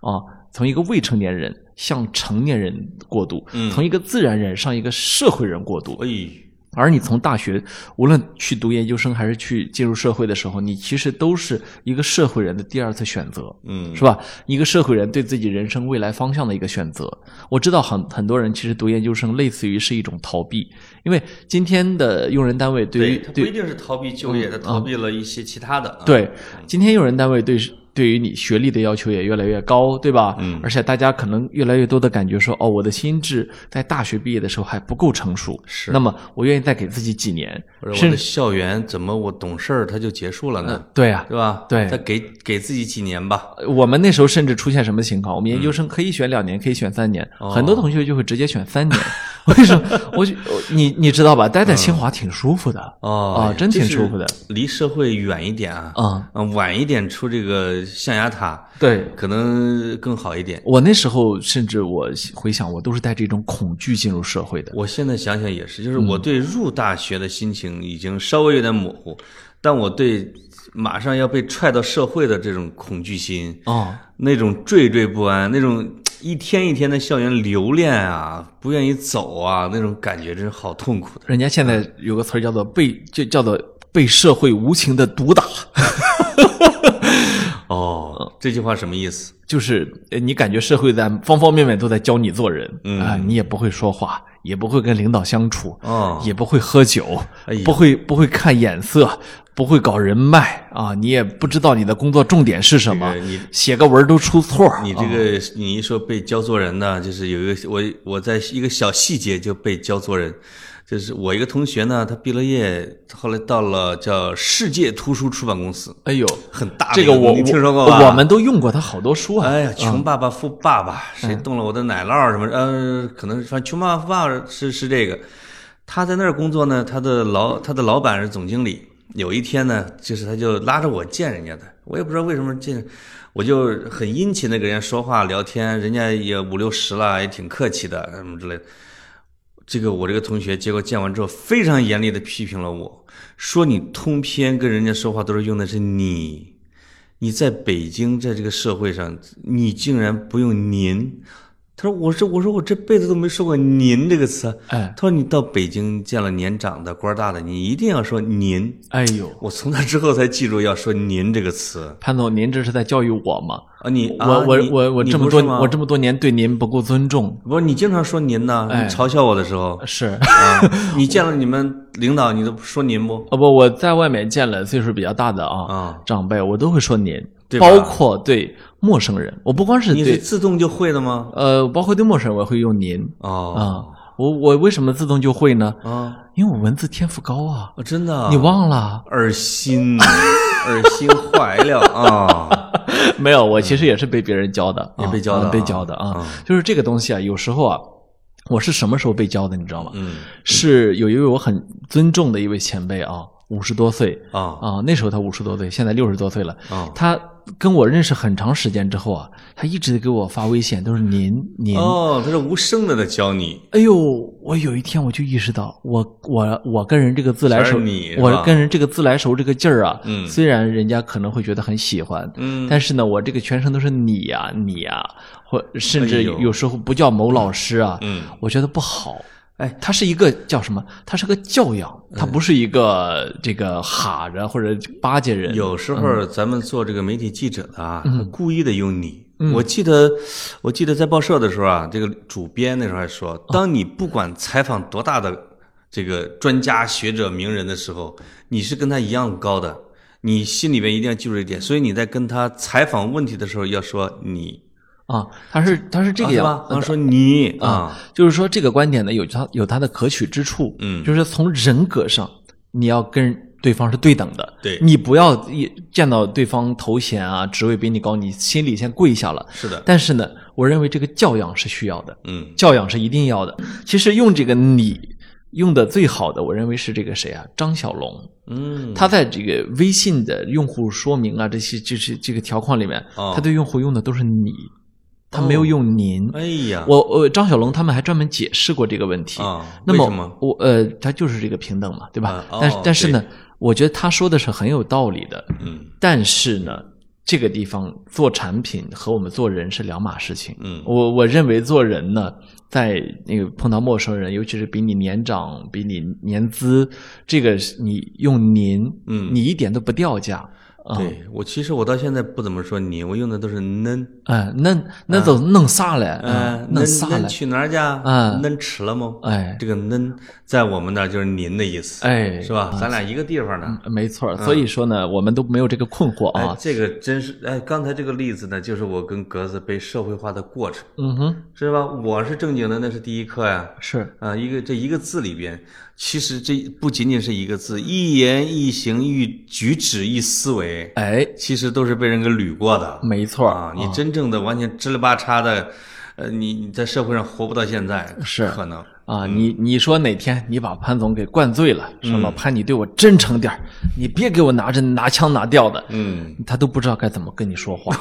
啊，从一个未成年人向成年人过渡，嗯从一个自然人上一个社会人过渡。哎，而你从大学，无论去读研究生还是去进入社会的时候，你其实都是一个社会人的第二次选择，嗯是吧？一个社会人对自己人生未来方向的一个选择。我知道很很多人其实读研究生类似于是一种逃避，因为今天的用人单位对于对，他不一定是逃避就业，他逃避了一些其他的啊。对，今天用人单位对对于你学历的要求也越来越高，对吧？嗯，而且大家可能越来越多的感觉说，哦，我的心智在大学毕业的时候还不够成熟，是那么我愿意再给自己几年，或者我甚的至校园怎么我懂事儿他就结束了呢？对啊。对吧？对再给给自己几年吧。我们那时候甚至出现什么情况？我们研究生可以选两年，可以选三年，很多同学就会直接选三年。 *laughs* 为什么？我就你你知道吧？待在清华挺舒服的哦啊，真挺就是舒服的离社会远一点啊，啊。啊，晚一点出这个象牙塔，对，可能更好一点。我那时候甚至我回想，我都是带着一种恐惧进入社会的。我现在想想也是，就是嗯我对入大学的心情已经稍微有点模糊，但我对马上要被踹到社会的这种恐惧心，哦，那种惴惴不安，那种一天一天的校园留恋啊，不愿意走啊，那种感觉真是好痛苦的。人家现在有个词儿叫做被，就叫做被社会无情的毒打， *laughs* 哦，这句话什么意思？就是呃你感觉社会在方方面面都在教你做人，嗯啊，你也不会说话，也不会跟领导相处，哦，也不会喝酒，哎呀不会不会看眼色，不会搞人脉啊，你也不知道你的工作重点是什么这个你，写个文儿都出错儿，啊你这个你一说被教做人呢，就是有一个我我在一个小细节就被教做人，就是我一个同学呢，他毕了业，后来到了叫世界图书出版公司，哎呦，很大的这一个我你听说过吧？我们都用过他好多书啊，哎呀，穷爸爸富爸爸，谁动了我的奶酪儿什么？呃，可能是反正穷爸爸富爸爸是是这个。他在那儿工作呢，他的老他的老板是总经理。有一天呢，就是他就拉着我见人家的，我也不知道为什么见，我就很殷勤的跟人家说话聊天，人家也五六十了，也挺客气的什么之类的。这个我这个同学，结果见完之后非常严厉的批评了我，说你通篇跟人家说话都是用的是你，你在北京在这个社会上，你竟然不用您。他说我说我说我这辈子都没说过您这个词啊。哎他说你到北京见了年长的官儿大的，你一定要说您。哎呦，我从那之后才记住要说您这个词潘总，您这是在教育我吗？啊，你啊我我你我我你这么不多是吗我这么多年对您不够尊重，不是你经常说您呢，你哎，嘲笑我的时候 *laughs* 是啊，你见了你们领导你都说您不？哦不，我在外面见了岁数比较大的啊、啊长辈，我都会说您，对吧包括对陌生人，我不光是你是对自动就会的吗？呃，包括对陌生人我会用您啊、哦我我为什么自动就会呢？啊，因为我文字天赋高啊，哦真的啊，你忘了？耳心，耳心坏了啊！ *laughs* 没有，我其实也是被别人教的，也嗯啊被教的啊啊被教的啊嗯就是这个东西啊，有时候啊，我是什么时候被教的，你知道吗？嗯是有一位我很尊重的一位前辈啊，五十多岁啊啊，那时候他五十多岁，现在六十多岁了。啊他跟我认识很长时间之后啊，他一直给我发微信，都是您您。哦，他是无声的在教你，哎呦，我有一天我就意识到，我我我跟人这个自来熟全是你，是吧我跟人这个自来熟这个劲儿啊，嗯虽然人家可能会觉得很喜欢，嗯，但是呢，我这个全程都是你呀、你呀、或甚哎至呦有时候不叫某老师啊，嗯我觉得不好。哎，它是一个叫什么？它是个教养，嗯它不是一个这个哈着或者巴结人。嗯有时候咱们做这个媒体记者的啊，故意的用你。嗯我记得，我记得在报社的时候啊，这个主编那时候还说，哦当你不管采访多大的这个专家学者名人的时候，你是跟他一样高的，你心里边一定要记住一点。所以你在跟他采访问题的时候，要说你，啊，它是它是这个啊是样吧？然后说你啊，就是说这个观点呢，有它有它的可取之处，嗯就是从人格上，你要跟对方是对等的，对你不要一见到对方头衔啊、职位比你高，你心里先跪下了。是的，但是呢，我认为这个教养是需要的，嗯，教养是一定要的。其实用这个你用的最好的，我认为是这个谁啊，张小龙。嗯，他在这个微信的用户说明啊，这些这些这个条框里面，哦他对用户用的都是你，他没有用您。哎呀，我我张小龙他们还专门解释过这个问题。啊，那为么什么？我呃，他就是这个平等嘛，对吧？啊哦但是但是呢，我觉得他说的是很有道理的，嗯但是呢，这个地方做产品和我们做人是两码事情。嗯我我认为做人呢，在那个碰到陌生人，尤其是比你年长、比你年资，这个是你用您，嗯你一点都不掉价啊。对我其实我到现在不怎么说你，我用的都是恁。哎，那那啊都弄啥嘞？哎嗯，弄恁啥嘞恁？去哪儿去？啊嗯恁吃了吗？哎这个恁在我们那儿就是您的意思，哎是吧？咱俩一个地方的。嗯没错儿，所以说呢，我们都没有这个困惑啊嗯哎啊，。这个真是哎，刚才这个例子呢，就是我跟格子被社会化的过程，嗯哼，是吧？我是正经的，那是第一课呀。是，啊，一个这一个字里边，其实这不仅仅是一个字，一言一行、一举止、一思维，哎，其实都是被人给捋过的。没错儿啊，你真正的完全支了吧叉的，呃，你你在社会上活不到现在，是可能。啊，你你说哪天你把潘总给灌醉了，嗯说老潘你对我真诚点儿，你别给我拿着拿腔拿调的，嗯，他都不知道该怎么跟你说 *laughs* 话，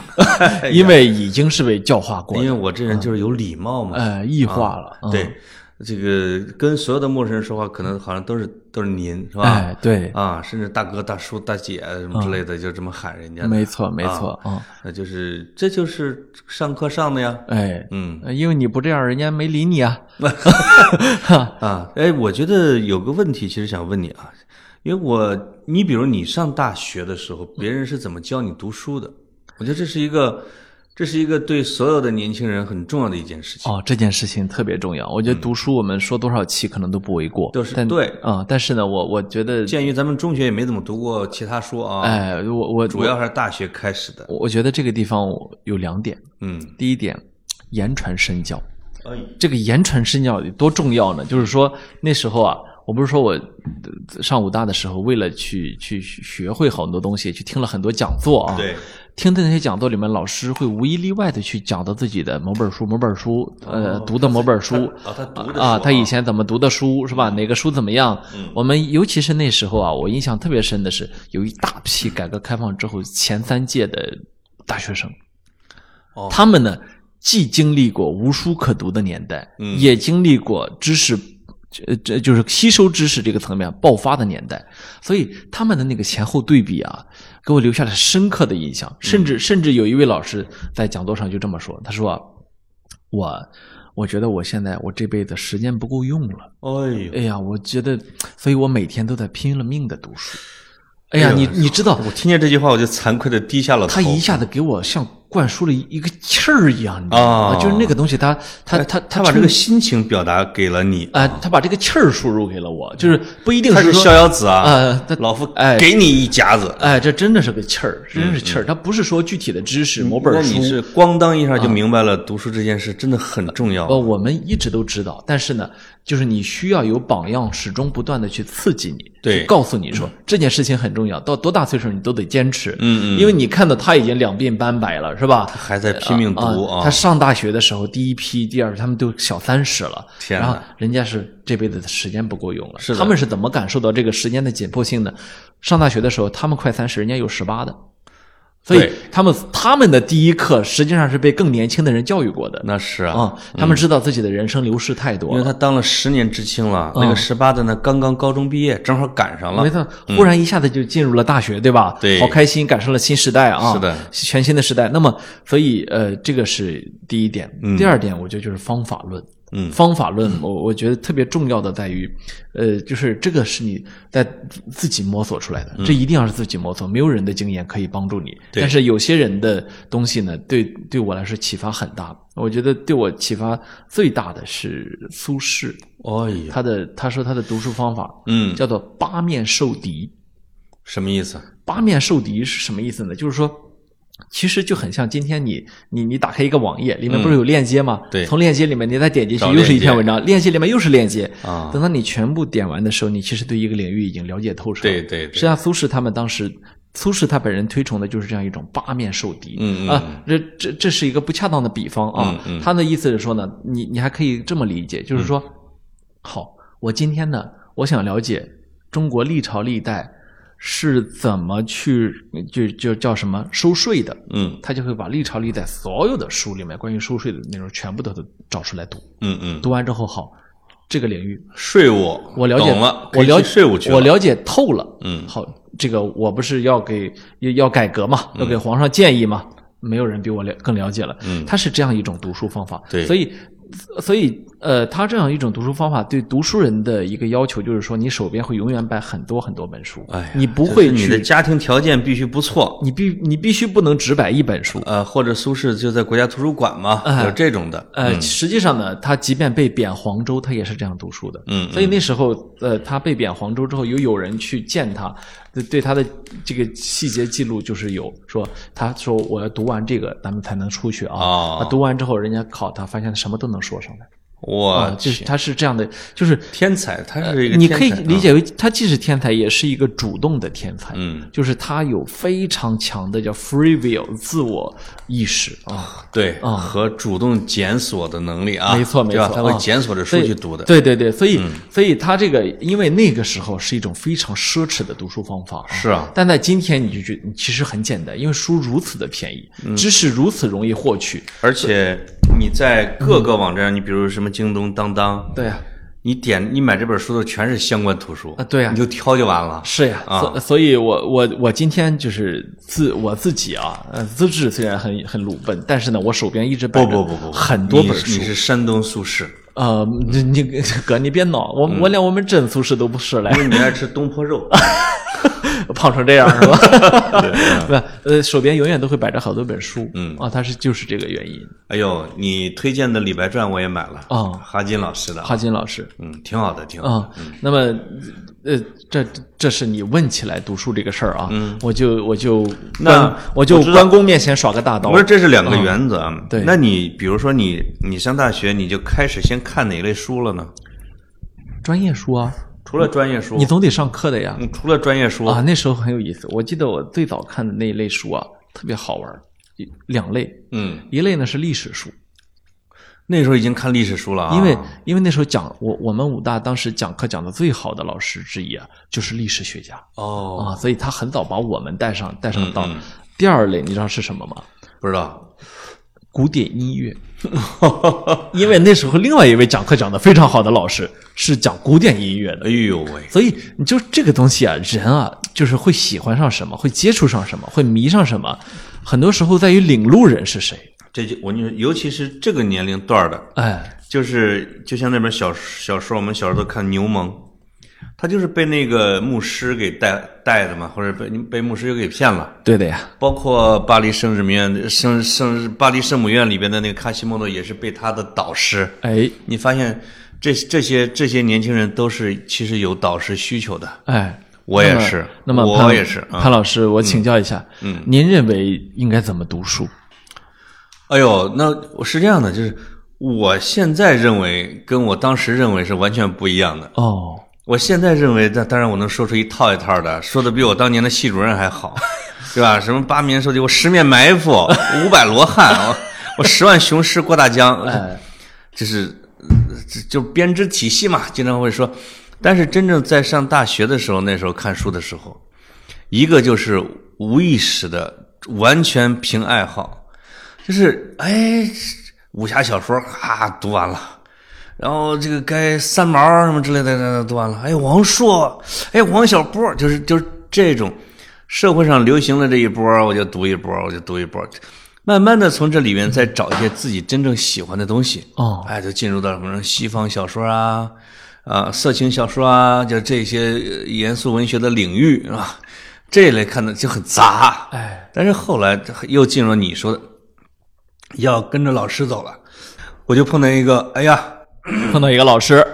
哎因为已经是被教化过因的，为我这人就是有礼貌嘛。呃，异化了，嗯，啊对，这个跟所有的陌生人说话，可能好像都是都是您是吧？哎，对，嗯啊，甚至大哥、大叔、大姐什么之类的，就这么喊人家的。没错，没错，啊，那就是这就是上课上的呀。哎，嗯因为你不这样，人家没理你啊，啊，哎，我觉得有个问题，其实想问你啊，因为我你比如你上大学的时候，别人是怎么教你读书的？我觉得这是一个，这是一个对所有的年轻人很重要的一件事情。哦，这件事情特别重要，我觉得读书我们说多少期可能都不为过，嗯都是但对啊，但是呢，我我觉得，鉴于咱们中学也没怎么读过其他书啊，哎，我我主要还是大学开始的。我我觉得这个地方有两点，嗯，第一点，言传身教。哎，这个言传身教有多重要呢？就是说那时候啊，我不是说我呃上武大的时候，为了去去学会很多东西，去听了很多讲座啊。对，听的那些讲座里面，老师会无一例外的去讲到自己的某本书、某本书，呃，哦读的某本书他他读的啊，书他以前怎么读的书是吧？嗯哪个书怎么样？我们尤其是那时候啊，我印象特别深的是，有一大批改革开放之后前三届的大学生，哦他们呢既经历过无书可读的年代，嗯也经历过知识。这这就是吸收知识这个层面爆发的年代，所以他们的那个前后对比啊，给我留下了深刻的印嗯象。甚至甚至有一位老师在讲座上就这么说，他说啊：“我我觉得我现在我这辈子时间不够用了，哎呦，哎呀，我觉得，所以我每天都在拼了命的读书。哎呀，哎呦你你知道，我听见这句话我就惭愧的低下了头。他一下子给我像灌输了一个气儿一样，你知道啊吗？就是那个东西他，他哎他他把这冲个心情表达给了你，啊、他把这个气儿输入给了我，就是不一定嗯他是说逍遥子啊，呃他老夫哎给你一夹子。哎，这真的是个气儿，真是气儿。他不是说具体的知识某嗯那本你书，是咣当一下啊就明白了，读书这件事真的很重要。呃，我们一直都知道，但是呢，就是你需要有榜样，始终不断的去刺激你，对去告诉你说、这件事情很重要，到多大岁数你都得坚持，嗯嗯因为你看到他已经两鬓斑白了，是吧？呃啊还在拼命读啊他上大学的时候，第一批、第二批，他们都小三十了，天啊哪然后人家是这辈子的时间不够用了。是的他们是怎么感受到这个时间的紧迫性呢？上大学的时候，他们快三十，人家有十八的，所以对他们他们的第一课实际上是被更年轻的人教育过的。那是啊，啊、他们知道自己的人生流逝太多因为了。他当了十年知青了，那个十八的呢，刚刚高中毕业，正好赶上了哦没。错，忽然一下子就进入了大学，对吧？嗯对好开心，赶上了新时代啊！是的全新的时代。那么，所以呃，这个是第一点。第二点，我觉得就是方法论。嗯方法论，我我觉得特别重要的在于，呃，就是这个是你在自己摸索出来的，这一定要是自己摸索，没有人的经验可以帮助你。嗯对但是有些人的东西呢，对对我来说启发很大。我觉得对我启发最大的是苏轼，哎呀，他的他说他的读书方法，嗯，叫做八面受敌。什么意思？八面受敌是什么意思呢？就是说，其实就很像今天你你你打开一个网页，里面不是有链接吗？嗯对从链接里面你再点进去找，又是一篇链接文章，链接里面又是链接。啊等到你全部点完的时候，你其实对一个领域已经了解透彻了。对对对实际上，苏轼他们当时。苏轼他本人推崇的就是这样一种八面受敌，嗯嗯啊，这这这是一个不恰当的比方啊。嗯嗯嗯他的意思是说呢，你你还可以这么理解，就是说，好，我今天呢，我想了解中国历朝历代是怎么去就就叫什么收税的，嗯他就会把历朝历代所有的书里面关于收税的内容全部都都找出来读，嗯嗯，读完之后好，这个领域税务我了解懂了，我了解税务去我了解透了，嗯好，这个我不是要给要要改革嘛，要给皇上建议嘛，没有人比我了更了解了。嗯他是这样一种读书方法。对所以所以呃，他这样一种读书方法对读书人的一个要求就是说，你手边会永远摆很多很多本书，哎呀你不就是会你的去，家庭条件必须不错，你必你必须不能只摆一本书。呃，或者苏轼就在国家图书馆嘛，哎有这种的，呃，实际上呢，他即便被贬黄州，他也是这样读书的。嗯嗯所以那时候，呃，他被贬黄州之后，有有人去见他，对对他的这个细节记录就是有说，他说我要读完这个，咱们才能出去啊。哦他读完之后，人家考他，发现他什么都能说上来啊，我就是他是这样的，就是哦呃天才，嗯他是一个你天可以才理，解为他既是天才，也是一个主动的天才。嗯，就是他有非常强的叫 free will 自我意识啊，对，啊和主动检索的能力啊，没错没对吧错他会啊检索着书对去读的，对对对，所以、所以他这个，因为那个时候是一种非常奢侈的读书方法，是啊，但在今天你就觉得其实很简单，因为书如此的便宜，知识如此容易获取，而且你在各个网站上，你比如什么京东、当当，嗯对呀、你点你买这本书的全是相关图书啊对啊你就挑就完了。是呀，啊所所以我，我我今天就是自我自己啊，呃，资质虽然很很鲁笨，但是呢，我手边一直摆不着不不不，很多本你书是你。是山东苏轼，呃，你你哥，你别闹，我、我连我们真苏轼都不是嘞因，为你爱吃东 *laughs* 坡肉。胖成这样是吧？不，呃，手边永远都会摆着好多本书，嗯啊，它是就是这个原因。哎呦，你推荐的《李白传》我也买了，哦哈金老师的，啊哈金老师嗯，挺好的，挺好的。啊，那么呃，这这是你问起来读书这个事儿啊，我就我就嗯那关我就关公面前耍个大刀不，是，这是两个原则。啊。对那你比如说你你上大学，你就开始先看哪类书了呢？专业书啊，除了专业书，你总得上课的呀嗯除了专业书啊，，那时候很有意思，我记得我最早看的那一类书啊，特别好玩儿，一两类，嗯，一类呢是历史书，那时候已经看历史书了啊，因为因为那时候讲我我们武大当时讲课讲的最好的老师之一啊，就是历史学家哦，啊，所以他很早把我们带上带上道嗯嗯。第二类你知道是什么吗？不知道，古典音乐，因为那时候另外一位讲课讲的非常好的老师是讲古典音乐的哎，呦喂，所以你就这个东西啊，人啊，就是会喜欢上什么，会接触上什么，会迷上什么，很多时候在于领路人是谁。这就我跟你说，尤其是这个年龄段儿的，哎，就是就像那本小小说，我们小时候都看《牛虻》，他就是被那个牧师给带带的嘛，或者被被牧师又给骗了。对的呀，包括巴黎圣日院的圣圣巴黎圣母院里边的那个卡西莫多也是被他的导师。哎你发现这这些这些年轻人都是其实有导师需求的，哎，我也是，那么潘我也是啊。潘老师，我请教一下，嗯，您认为应该怎么读书？哎呦，那我是这样的，就是我现在认为跟我当时认为是完全不一样的。哦，我现在认为，那当然我能说出一套一套的，说的比我当年的系主任 *laughs* 还好，对吧？什么八面受敌，我十面埋伏，五百罗汉，我我十万雄师过大 *laughs* 江，哎，就是呃这就编织体系嘛，经常会说。但是真正在上大学的时候，那时候看书的时候，一个就是无意识的，完全凭爱好，就是哎，武侠小说啊读完了。然后这个该三毛什么之类的呃读完了，哎，王朔，哎，王小波，就是就是这种社会上流行的这一波，我就读一波，我就读一波，慢慢的从这里面再找一些自己真正喜欢的东西。哦，哎，就进入到什么西方小说啊，啊，色情小说啊，就这些呃严肃文学的领域啊，这一类看的就很杂。哎，但是后来又进入你说的，要跟着老师走了，我就碰见一个，哎呀，碰到一个老师，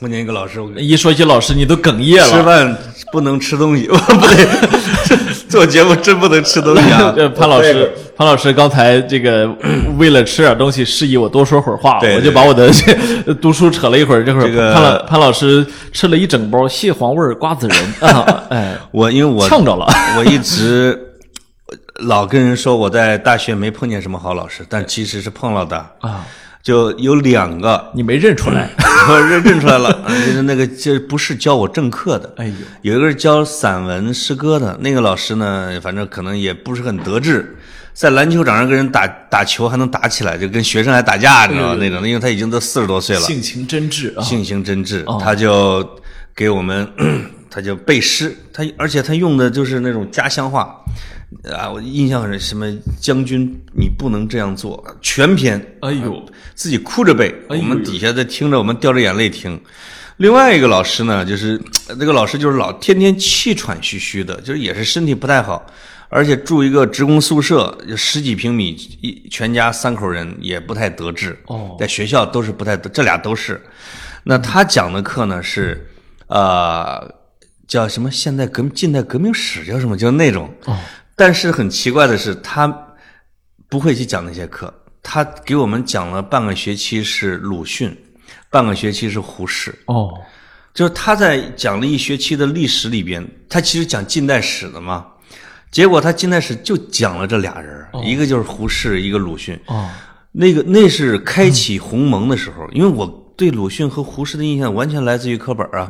碰见一个老师，我跟一说起哎老师，你都哽咽吃了。。饭不能吃东西， *laughs* 不对， *laughs* 做节目真不能吃东西 *laughs* 啊 *laughs* 呃，潘老师，潘老师刚才这个 *clears throat* 为了吃点东西，示意我多说会儿话，对对我就把我的 *laughs* 这读书扯了一会儿。这会儿这个潘老潘老师吃了一整包蟹黄味儿瓜子仁啊， *laughs* 哎，我因为 *laughs* 我呛着 *laughs* 了。我一直呃老跟人说我在大学没碰见什么好老师，但其实是碰到的啊。就有两个， *laughs* 你没认出来？我认认出来了，就是那个就是不是教我正课的， *laughs* 哎呦，有一个是教散文诗歌的，那个老师呢，反正可能也不是很得志，在篮球场上跟人打打球还能打起来，就跟学生还打架，你知道吗？那种，因为他已经都四十多岁了，性情真挚啊！性情真挚，他就给我们 *clears throat* 他就背诗，他而且他用的就是那种家乡话啊，我印象很深，什么将军你不能这样做，全篇啊哎呦，自己哭着背，哎呦我们底下在听着，我们掉着眼泪听。另外一个老师呢，就是这个老师就是老天天气喘吁吁的，就是也是身体不太好，而且住一个职工宿舍，有十几平米，一全家三口人也不太得志。哦，在学校都是不太得，这俩都是。那他讲的课呢是，呃，叫什么现代革命、近代革命史，叫什么，就那种。哦但是很奇怪的是，他不会去讲那些课，他给我们讲了半个学期是鲁迅，半个学期是胡适。哦，就是他在讲了一学期的历史里边，他其实讲近代史的嘛，结果他近代史就讲了这俩人儿，一个就是胡适，一个鲁迅。哦，那个那是开启鸿蒙的时候，因为我对鲁迅和胡适的印象完全来自于课本啊，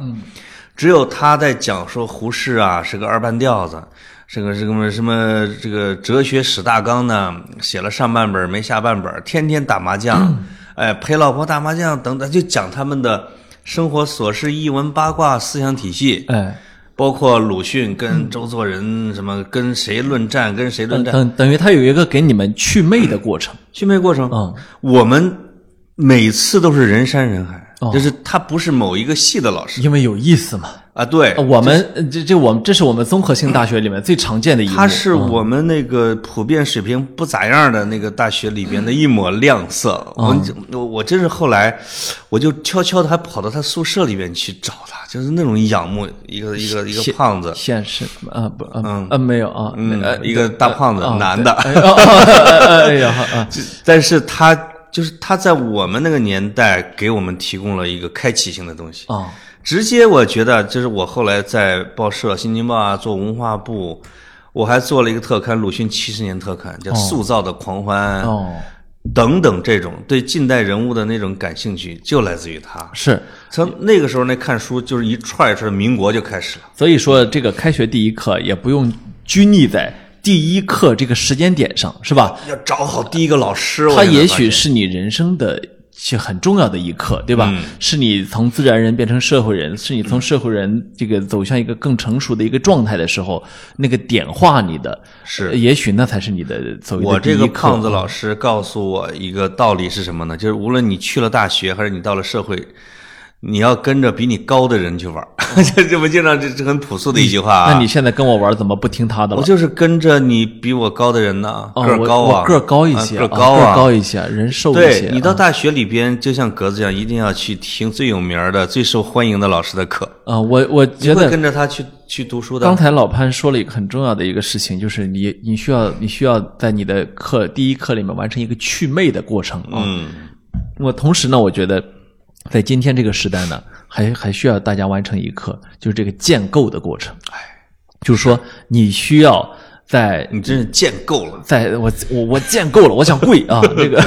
只有他在讲说胡适啊是个二半吊子，是个什么什么这个哲学史大纲呢，写了上半本没下半本，天天打麻将，哎陪老婆打麻将等等，就讲他们的生活琐事、译文八卦、思想体系，哎，包括鲁迅跟周作人什么跟谁论战，跟谁论等战，等等于他有一个给你们祛魅的过程，祛魅过程，嗯我们每次都是人山人海，哦就是他不是某一个系的老师因为有意思嘛。啊，对，呃我们呃这这我们这是我们综合性大学里面最常见的一幕，他是我们那个普遍水平不咋样的那个大学里边的一抹亮色。嗯我我我真是后来，我就悄悄的还跑到他宿舍里边去找他，就是那种仰慕一个一个一个胖子，现实啊不嗯呃没有啊嗯呃，一个大胖子，啊男对的。哎哦哦哦哎呀啊 *laughs* 但是他就是他在我们那个年代给我们提供了一个开启性的东西。啊直接我觉得，就是我后来在报社、新京报啊做文化部，我还做了一个特刊《鲁迅七十年特刊》，叫《塑造的狂欢》哦等等，这种对近代人物的那种感兴趣，就来自于他。是，从那个时候那看书，就是一串一串，民国就开始了。所以说这个开学第一课也不用拘泥在第一课这个时间点上，是吧？要找好第一个老师，它我觉得也许是你人生的是很重要的一课，对嗯吧？是你从自然人变成社会人，是你从社会人这个走向一个更成熟的一个状态的时候，那个点化你的，是呃也许那才是你的所谓的我这第个一课嗯啊胖子老师告诉我一个道理是什么呢？就是无论你去了大学还是你到了社会，你要跟着比你高的人去玩儿。这 *laughs* 这不经常这这很朴素的一句话啊。那哦你现在跟我玩，怎么不听他的我了？就是跟着你比我高的人呢，哦个儿高我啊，我个儿高一些，啊个啊儿高个儿啊。高一些，人瘦一些啊对。你到大学里边，就像格子一样，一定要去听最有名儿的、最受欢迎的老师的课，啊，我我觉你会得跟着他去去读书刚的。才老潘说了一个很重要的一个事情，就是你你需要你需要在你的课第一课里面完成一个祛魅的过程啊。嗯，我同时呢，我觉得在今天这个时代呢，还还需要大家完成一课，就是这个建构的过程。哎，就是说你需要在你真是见够了。在我我我建构了，我想跪啊，这个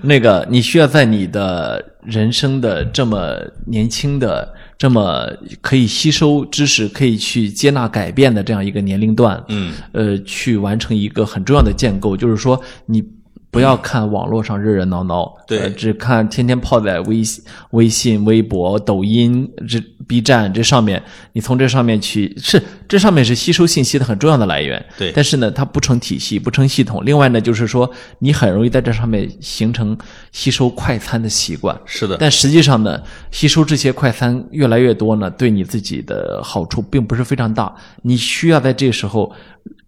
那个，你需要在你的人生的这么年轻的、这么可以吸收知识、可以去接纳改变的这样一个年龄段，嗯，呃，去完成一个很重要的建构，就是说你。不要看网络上热热闹闹，对呃只看天天泡在微信、微信、微博、抖音、这 B 站这上面，你从这上面去是这上面是吸收信息的很重要的来源，对但是呢，它不成体系，不成系统。另外呢，就是说你很容易在这上面形成吸收快餐的习惯。是的，但实际上呢，吸收这些快餐越来越多呢，对你自己的好处并不是非常大。你需要在这时候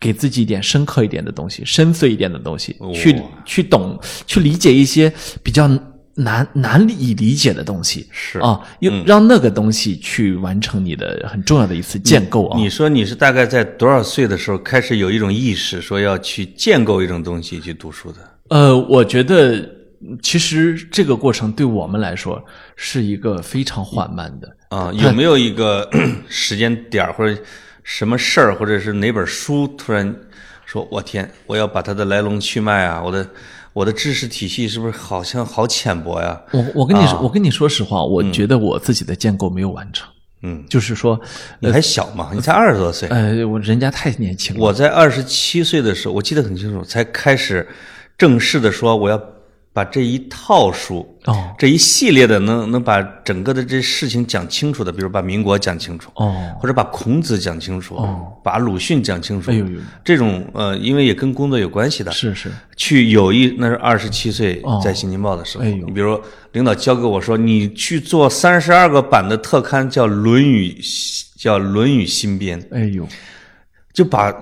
给自己一点深刻一点的东西，深邃一点的东西，哦去去懂、去理解一些比较难难以理解的东西是嗯啊，用让那个东西去完成你的很重要的一次建构啊。你说你是大概在多少岁的时候开始有一种意识，说要去建构一种东西去读书的？呃，我觉得嗯其实这个过程对我们来说是一个非常缓慢的。啊，有没有一个 *coughs* 时间点儿或者什么事儿，或者是哪本书突然说，我天，我要把它的来龙去脉啊，我的我的知识体系是不是好像好浅薄呀？我我跟你啊说，我跟你说实话，我觉得我自己的建构没有完成，嗯，就是说，你还小嘛，你才二十多岁。呃，我人家太年轻了，我在二十七岁的时候，我记得很清楚，才开始正式的说我要把这一套书哦这一系列的能能把整个的这事情讲清楚的，比如把民国讲清楚，哦，或者把孔子讲清楚，把鲁迅讲清楚，哎呦呦，这种呃，因为也跟工作有关系的，是是，去有一那是二十七岁哦在《新京报》的时候，哎呦你比如领导交给我说，你去做三十二个版的特刊，叫《论语》，叫《论语新编》，哎呦，就把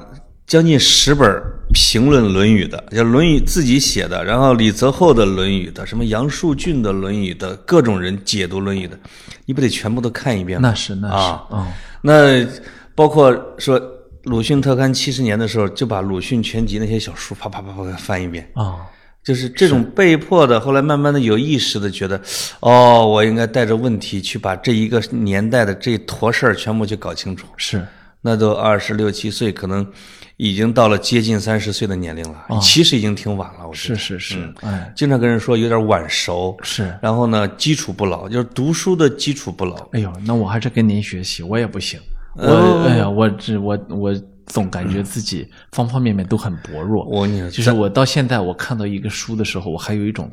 将近十本评论《论语》的，叫《论语》自己写的，然后李泽厚的《论语》的，什么杨树俊的《论语》的，各种人解读《论语》的，你不得全部都看一遍吗？那是那是啊，嗯，那包括说鲁迅特刊七十年的时候，就把鲁迅全集那些小书啪啪啪啪给翻一遍，啊，就是这种被迫的。后来慢慢的有意识的觉得，哦，我应该带着问题去把这一个年代的这一坨事儿全部去搞清楚。是那都二十六七岁，可能已经到了接近三十岁的年龄了，其实已经挺晚了。我觉哦是得是是，哎，经常跟人说有点晚熟，是，然后呢，基础不牢，就是读书的基础不牢。哎呦，那我还是跟您学习，我也不行，我呃哎呀，我这我我总感觉自己方方面面都很薄弱，我跟你说，就是我到现在我看到一个书的时候，我还有一种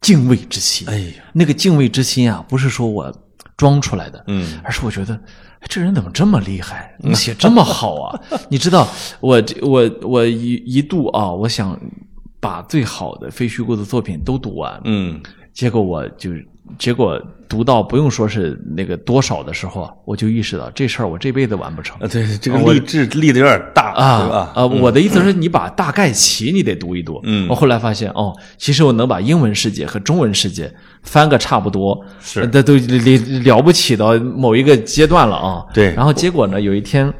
敬畏之心。哎呀，那个敬畏之心啊，不是说我装出来的，嗯，而是我觉得哎这人怎么这么厉害，你写这么好啊？ *laughs* 你知道，我这我我一一度啊，我想把最好的非虚构的作品都读完，嗯，结果我就结果读到不用说是那个多少的时候啊，我就意识到这事儿我这辈子完不成啊，。对，这个励志立的有点大，对啊吧？啊！我的意思是你把大概齐你得读一读。嗯我后来发现哦，其实我能把英文世界和中文世界翻个差不多，是呃这都了了不起到某一个阶段了啊。对然后结果呢，有一天。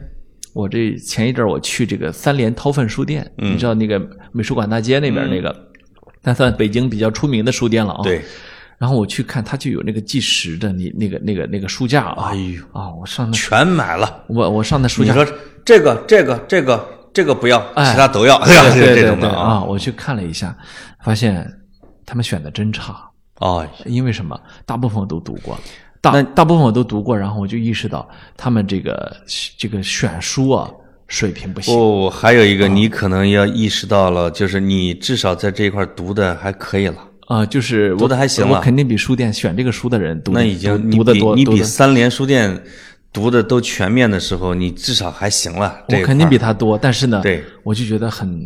我这前一阵儿我去这个三联韬奋书店，嗯你知道那个美术馆大街那边那个，那算北京比较出名的书店了啊。嗯对，然后我去看，它就有那个计时的那那个那个那个书架啊。哎呦啊！我上那全买了。我我上那书你架说这个这个这个这个不要，哎其他都 *laughs* 要，吧？对这对种对的啊，，我去看了一下，发现他们选的真差，哦，因为什么？大部分我都读过，大那大部分我都读过，然后我就意识到他们这个这个选书啊水平不行。啊不，哦还有一个你可能要意识到了，就是你至少在这一块读的还可以了，啊、就是读我得还行我了肯定比书店选这个书的人读得那已经读你读得比多，你读比得三联书店读的都全面的时候，你至少还行了。这一我块肯定比他多，但是呢，对，我就觉得很，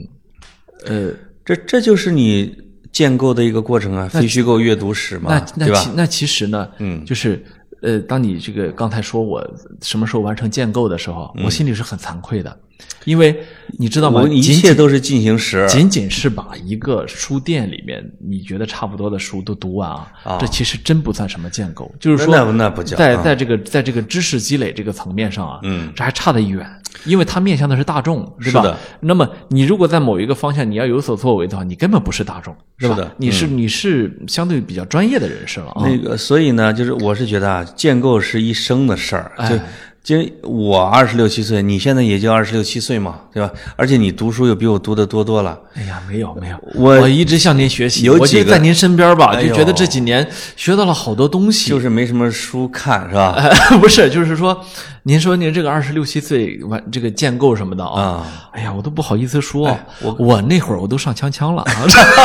呃，这这就是你建构的一个过程啊，非虚构阅读史嘛那，那对其吧？那其实呢，嗯就是呃，当你这个刚才说我什么时候完成建构的时候，我心里是很惭愧的，因为你知道吗？嗯我一仅切仅都是进行时，仅仅是把一个书店里面你觉得差不多的书都读完啊，啊这其实真不算什么建构，就是说那那那不叫在啊在这个在这个知识积累这个层面上啊，嗯这还差得远。因为它面向的是大众，对吧？是的那么你如果在某一个方向你要有所作为的话，你根本不是大众，是吧？是的嗯你是、你是相对比较专业的人士了啊。那个，所以呢，就是我是觉得啊，建构是一生的事儿。哎就今我二十六七岁，你现在也就二十六七岁嘛，对吧？而且你读书又比我读的多多了。哎呀，没有没有，我一直向您学习，有我几就个在您身边吧，哎就呦觉得这几年学到了好多东西。就是没什么书看，是吧？ *laughs* 不是，就是说，您说您这个二十六七岁完这个建构什么的啊，哎呀，我都不好意思说，哎我我那会儿我都上锵锵了。 *laughs* 啊 *laughs*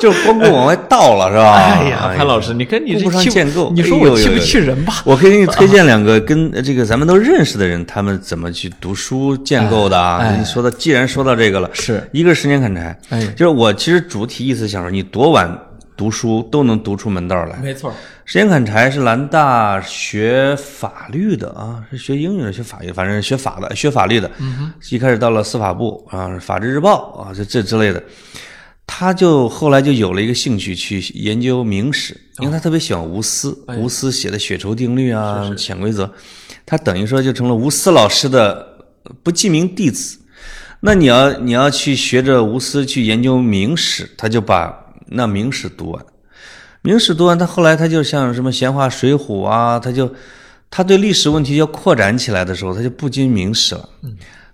就是光顾往外倒了，是吧？ *laughs* 哎呀，潘老师，你跟你啊顾这不上气建构，你说哎呦我气呦不呦气人吧？我可以给你推 *laughs* 荐两个跟呃这个咱们都认识的人，他们怎么去读书建构的啊？哎你说到，既然说到这个了，是一个是十年砍柴，哎就是我其实主题意思想说，你多晚读书都能读出门道来。没错，时间砍柴是兰大学法律的啊，是学英语的，学法律，反正是学法的，学法律的。一开始到了司法部啊，《法制日报》啊，这这之类的。他就后来就有了一个兴趣去研究明史，因为他特别喜欢吴思，吴思写的《血酬定律》啊，潜规则》，他等于说就成了吴思老师的不记名弟子。那你要你要去学着吴思去研究明史，他就把那明史读完。明史读完，他后来他就像什么闲话水浒啊，他就他对历史问题要扩展嗯起来的时候，他就不仅明史了，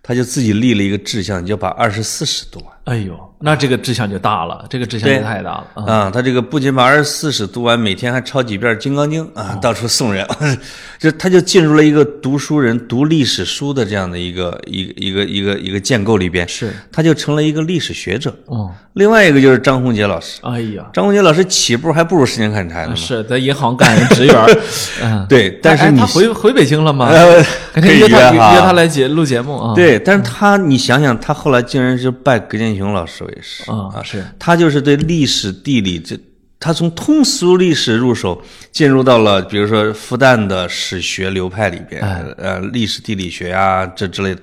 他就自己立了一个志向，就把二十四史读完。哎呦，那这个志向就大了，这个志向对就太大了啊！啊，他这个不仅把二十四史读完，每天还抄几遍《金刚经》啊，到处送人， *laughs* 就他就进入了一个读书人、读历史书的这样的一个一个一个一个一个建构里边，是，他就成了一个历史学者。嗯，另外一个就是张宏杰老师，哎呀，张宏杰老师起步还不如石年砍柴呢嘛。啊是在银行干职 *laughs* 员儿，嗯，对，但是哎你他回回北京了吗？呃 *laughs* 改可天以约他哈约他来节录节目啊！，对，但是他，你想想，他后来竟然是拜葛剑雄老师为师啊是他就是对历史、地理这，他从通俗历史入手，进入到了比如说复旦的史学流派里边，哎呃，历史地理学啊这之类的，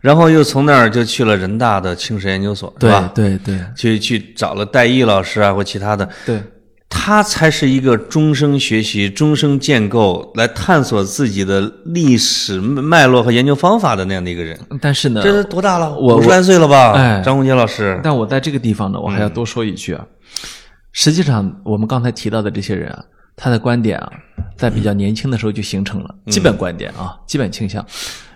然后又从那儿就去了人大的清史研究所，是对吧？对对去去找了戴毅老师啊或其他的，对，他才是一个终生学习、终生建构来探索自己的历史脉络和研究方法的那样的一个人。但是呢，这是多大了？我五十来岁了吧？哎张宏杰老师，但我在这个地方呢，我还要多说一句啊，实际上我们刚才提到的这些人啊，他的观点啊，在比较年轻的时候就形成嗯了基本观点啊，基本倾向，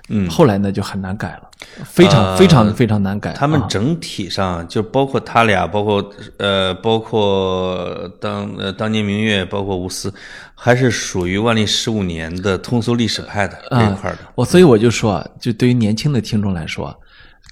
嗯，后来呢就很难改了，非常非常非常难改。呃他们啊整体上就包括他俩，包括呃，包括当呃当年明月，包括吴思，还是属于万历十五年的通俗历史派的这一块的。我所以我就说啊，就对于年轻的听众来说啊，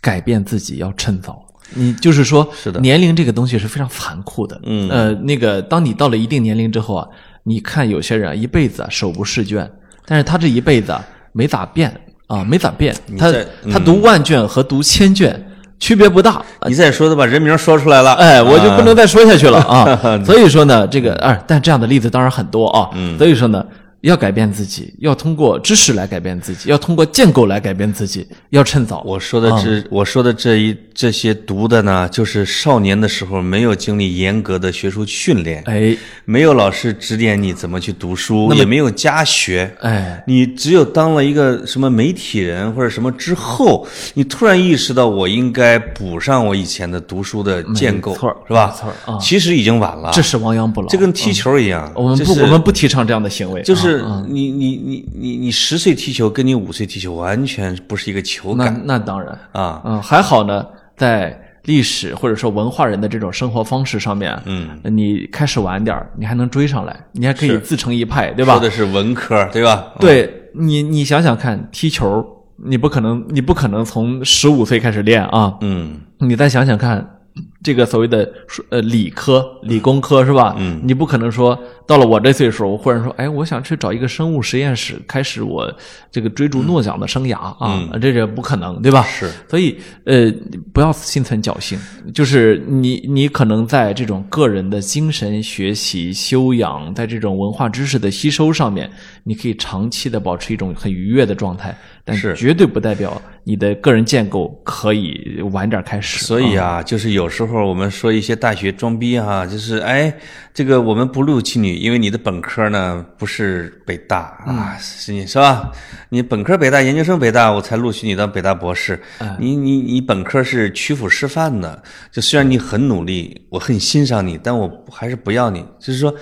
改变自己要趁早。你就是说，是的年龄这个东西是非常残酷的。嗯呃，那个，当你到了一定年龄之后啊，你看有些人啊，一辈子啊手不释卷，但是他这一辈子啊没咋变啊，没咋变。他在嗯他读万卷和读千卷区别不大，你再说，他把人名说出来了，哎，我就啊不能再说下去了 *laughs* 嗯啊。所以说呢，这个哎，但这样的例子当然很多啊。所以说呢，要改变自己，要通过知识来改变自己，要通过建构来改变自己，要趁早。我说的这、我说的这一这些读的呢，就是少年的时候没有经历严格的学术训练，哎没有老师指点你怎么去读书，也没有家学，哎，你只有当了一个什么媒体人或者什么之后，你突然意识到我应该补上我以前的读书的建构，没错儿是吧？没错儿啊其实已经晚了，这是亡羊补牢。这跟踢球一样，我们就不是我们不提倡这样的行为，就是啊你你你你你十岁踢球跟你五岁踢球完全不是一个球那感那当然，啊，嗯，还好呢，在。历史或者说文化人的这种生活方式上面，嗯，你开始晚点儿你还能追上来，你还可以自成一派，对吧？说的是文科，对吧？对你，你想想看，踢球，你不可能，你不可能从十五岁开始练啊。嗯，你再想想看，这个所谓的数呃理科、理工科是吧？嗯你不可能说到了我这岁数，我忽然说，哎，我想去找一个生物实验室，开始我这个追逐诺奖的生涯啊，这这不可能，对吧？嗯是。所以，呃，不要心存侥幸，就是你，你可能在这种个人的精神学习修养，在这种文化知识的吸收上面，你可以长期的保持一种很愉悦的状态，但是绝对不代表你的个人建构可以晚点开始。所以啊，就是有时候我们说一些大学装逼哈、就是哎，这个我们不录取你，因为你的本科呢不是北大啊，是你是吧？你本科北大，研究生北大，我才录取你当北大博士。你你你本科是曲阜师范的，就虽然你很努力，我很欣赏你，但我还是不要你。就是说，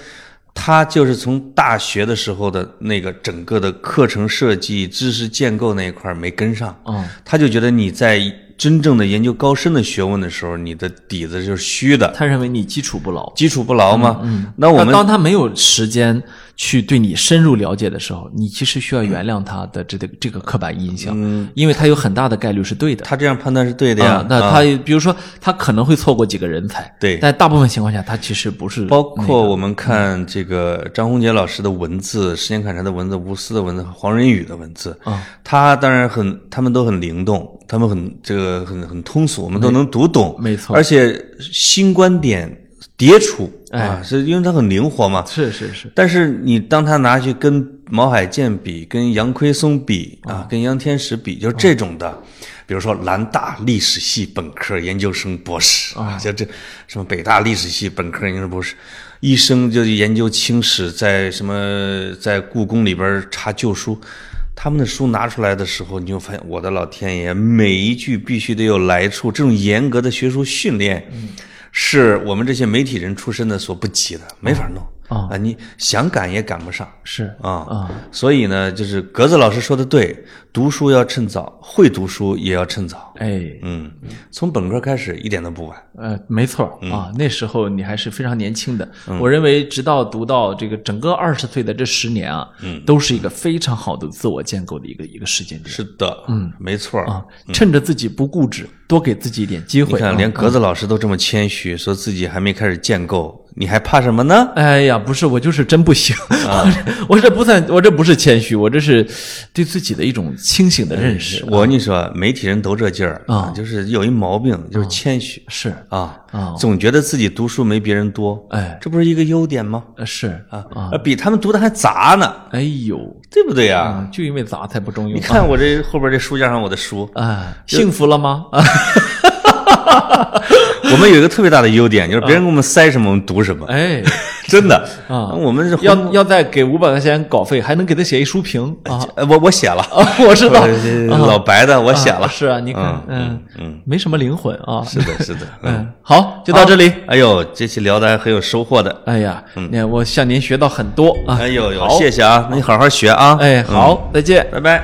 他就是从大学的时候的那个整个的课程设计、知识建构那一块儿没跟上。嗯，他就觉得你在真正的研究高深的学问的时候，你的底子就是虚的，他认为你基础不牢。基础不牢嘛。嗯，那我那们当他没有时间去对你深入了解的时候，你其实需要原谅他的这个这个刻板印象，嗯因为他有很大的概率是对的。他这样判断是对的呀。啊，那啊他比如说他可能会错过几个人才，对但大部分情况下他其实不是包括我们看这个张宏杰老师的文字、时间砍柴的文字、吴思的文字、黄仁宇的文字，啊他当然很，他们都很灵动，他们很这个很很通俗，我们都能读懂，没错而且新观点迭出哎啊，是因为他很灵活嘛，是是是，但是你当他拿去跟毛海建比、跟杨奎松比啊、跟杨天石比，就是这种的，比如说南大历史系本科、研究生、博士啊，就这什么北大历史系本科、研究生、博士，一生就研究清史，在什么在故宫里边查旧书。他们的书拿出来的时候，你就发现，我的老天爷，每一句必须得有来处。这种严格的学术训练，是我们这些媒体人出身的所不及的，没法弄啊啊！你想赶也赶不上是啊啊！所以呢，就是格子老师说的对，读书要趁早，会读书也要趁早。哎，嗯，从本科开始一点都不晚。呃，没错嗯儿啊，那时候你还是非常年轻的。我认为，直到读到这个整个二十岁的这十年啊，都是一个非常好的自我建构的一个一个时间点嗯是的，嗯，没错儿。啊。趁着自己不固执，多给自己一点机你会啊。看，连格子老师都这么谦虚，说自己还没开始建构，你还怕什么呢？哎呀，不是，我就是真不行，啊 *laughs* 我这不算，我这不是谦虚，我这是对自己的一种清醒的认识。我跟你说，媒体人都这劲儿啊，就是有一毛病，就是谦虚是，啊啊，总觉得自己读书没别人多，哎，这不是一个优点吗？呃是，啊啊，比他们读的还杂呢，哎呦，对不对呀？啊，就因为砸才不中用你。看我这后边这书架上我的书， *laughs* 啊，幸福了吗？啊，我们有一个特别大的优点，就是别人给我们塞什么，我们读什么， *laughs* 哎，真的啊我们是要要再给五百块钱稿费，还能给他写一书 *laughs* 评啊！呃我我写了，呃啊，我知道， *laughs* 老白的我写啊 *laughs* 了，是啊，你看，嗯嗯嗯，没什么灵魂啊。是的，是的，嗯， *laughs* 嗯，好，就到这里。哎呦，这期聊的还很有收获的，哎呀，那我向您学到很多啊！嗯哎呦呦，好谢谢啊，那你好好学啊，哎，好，再见。拜拜。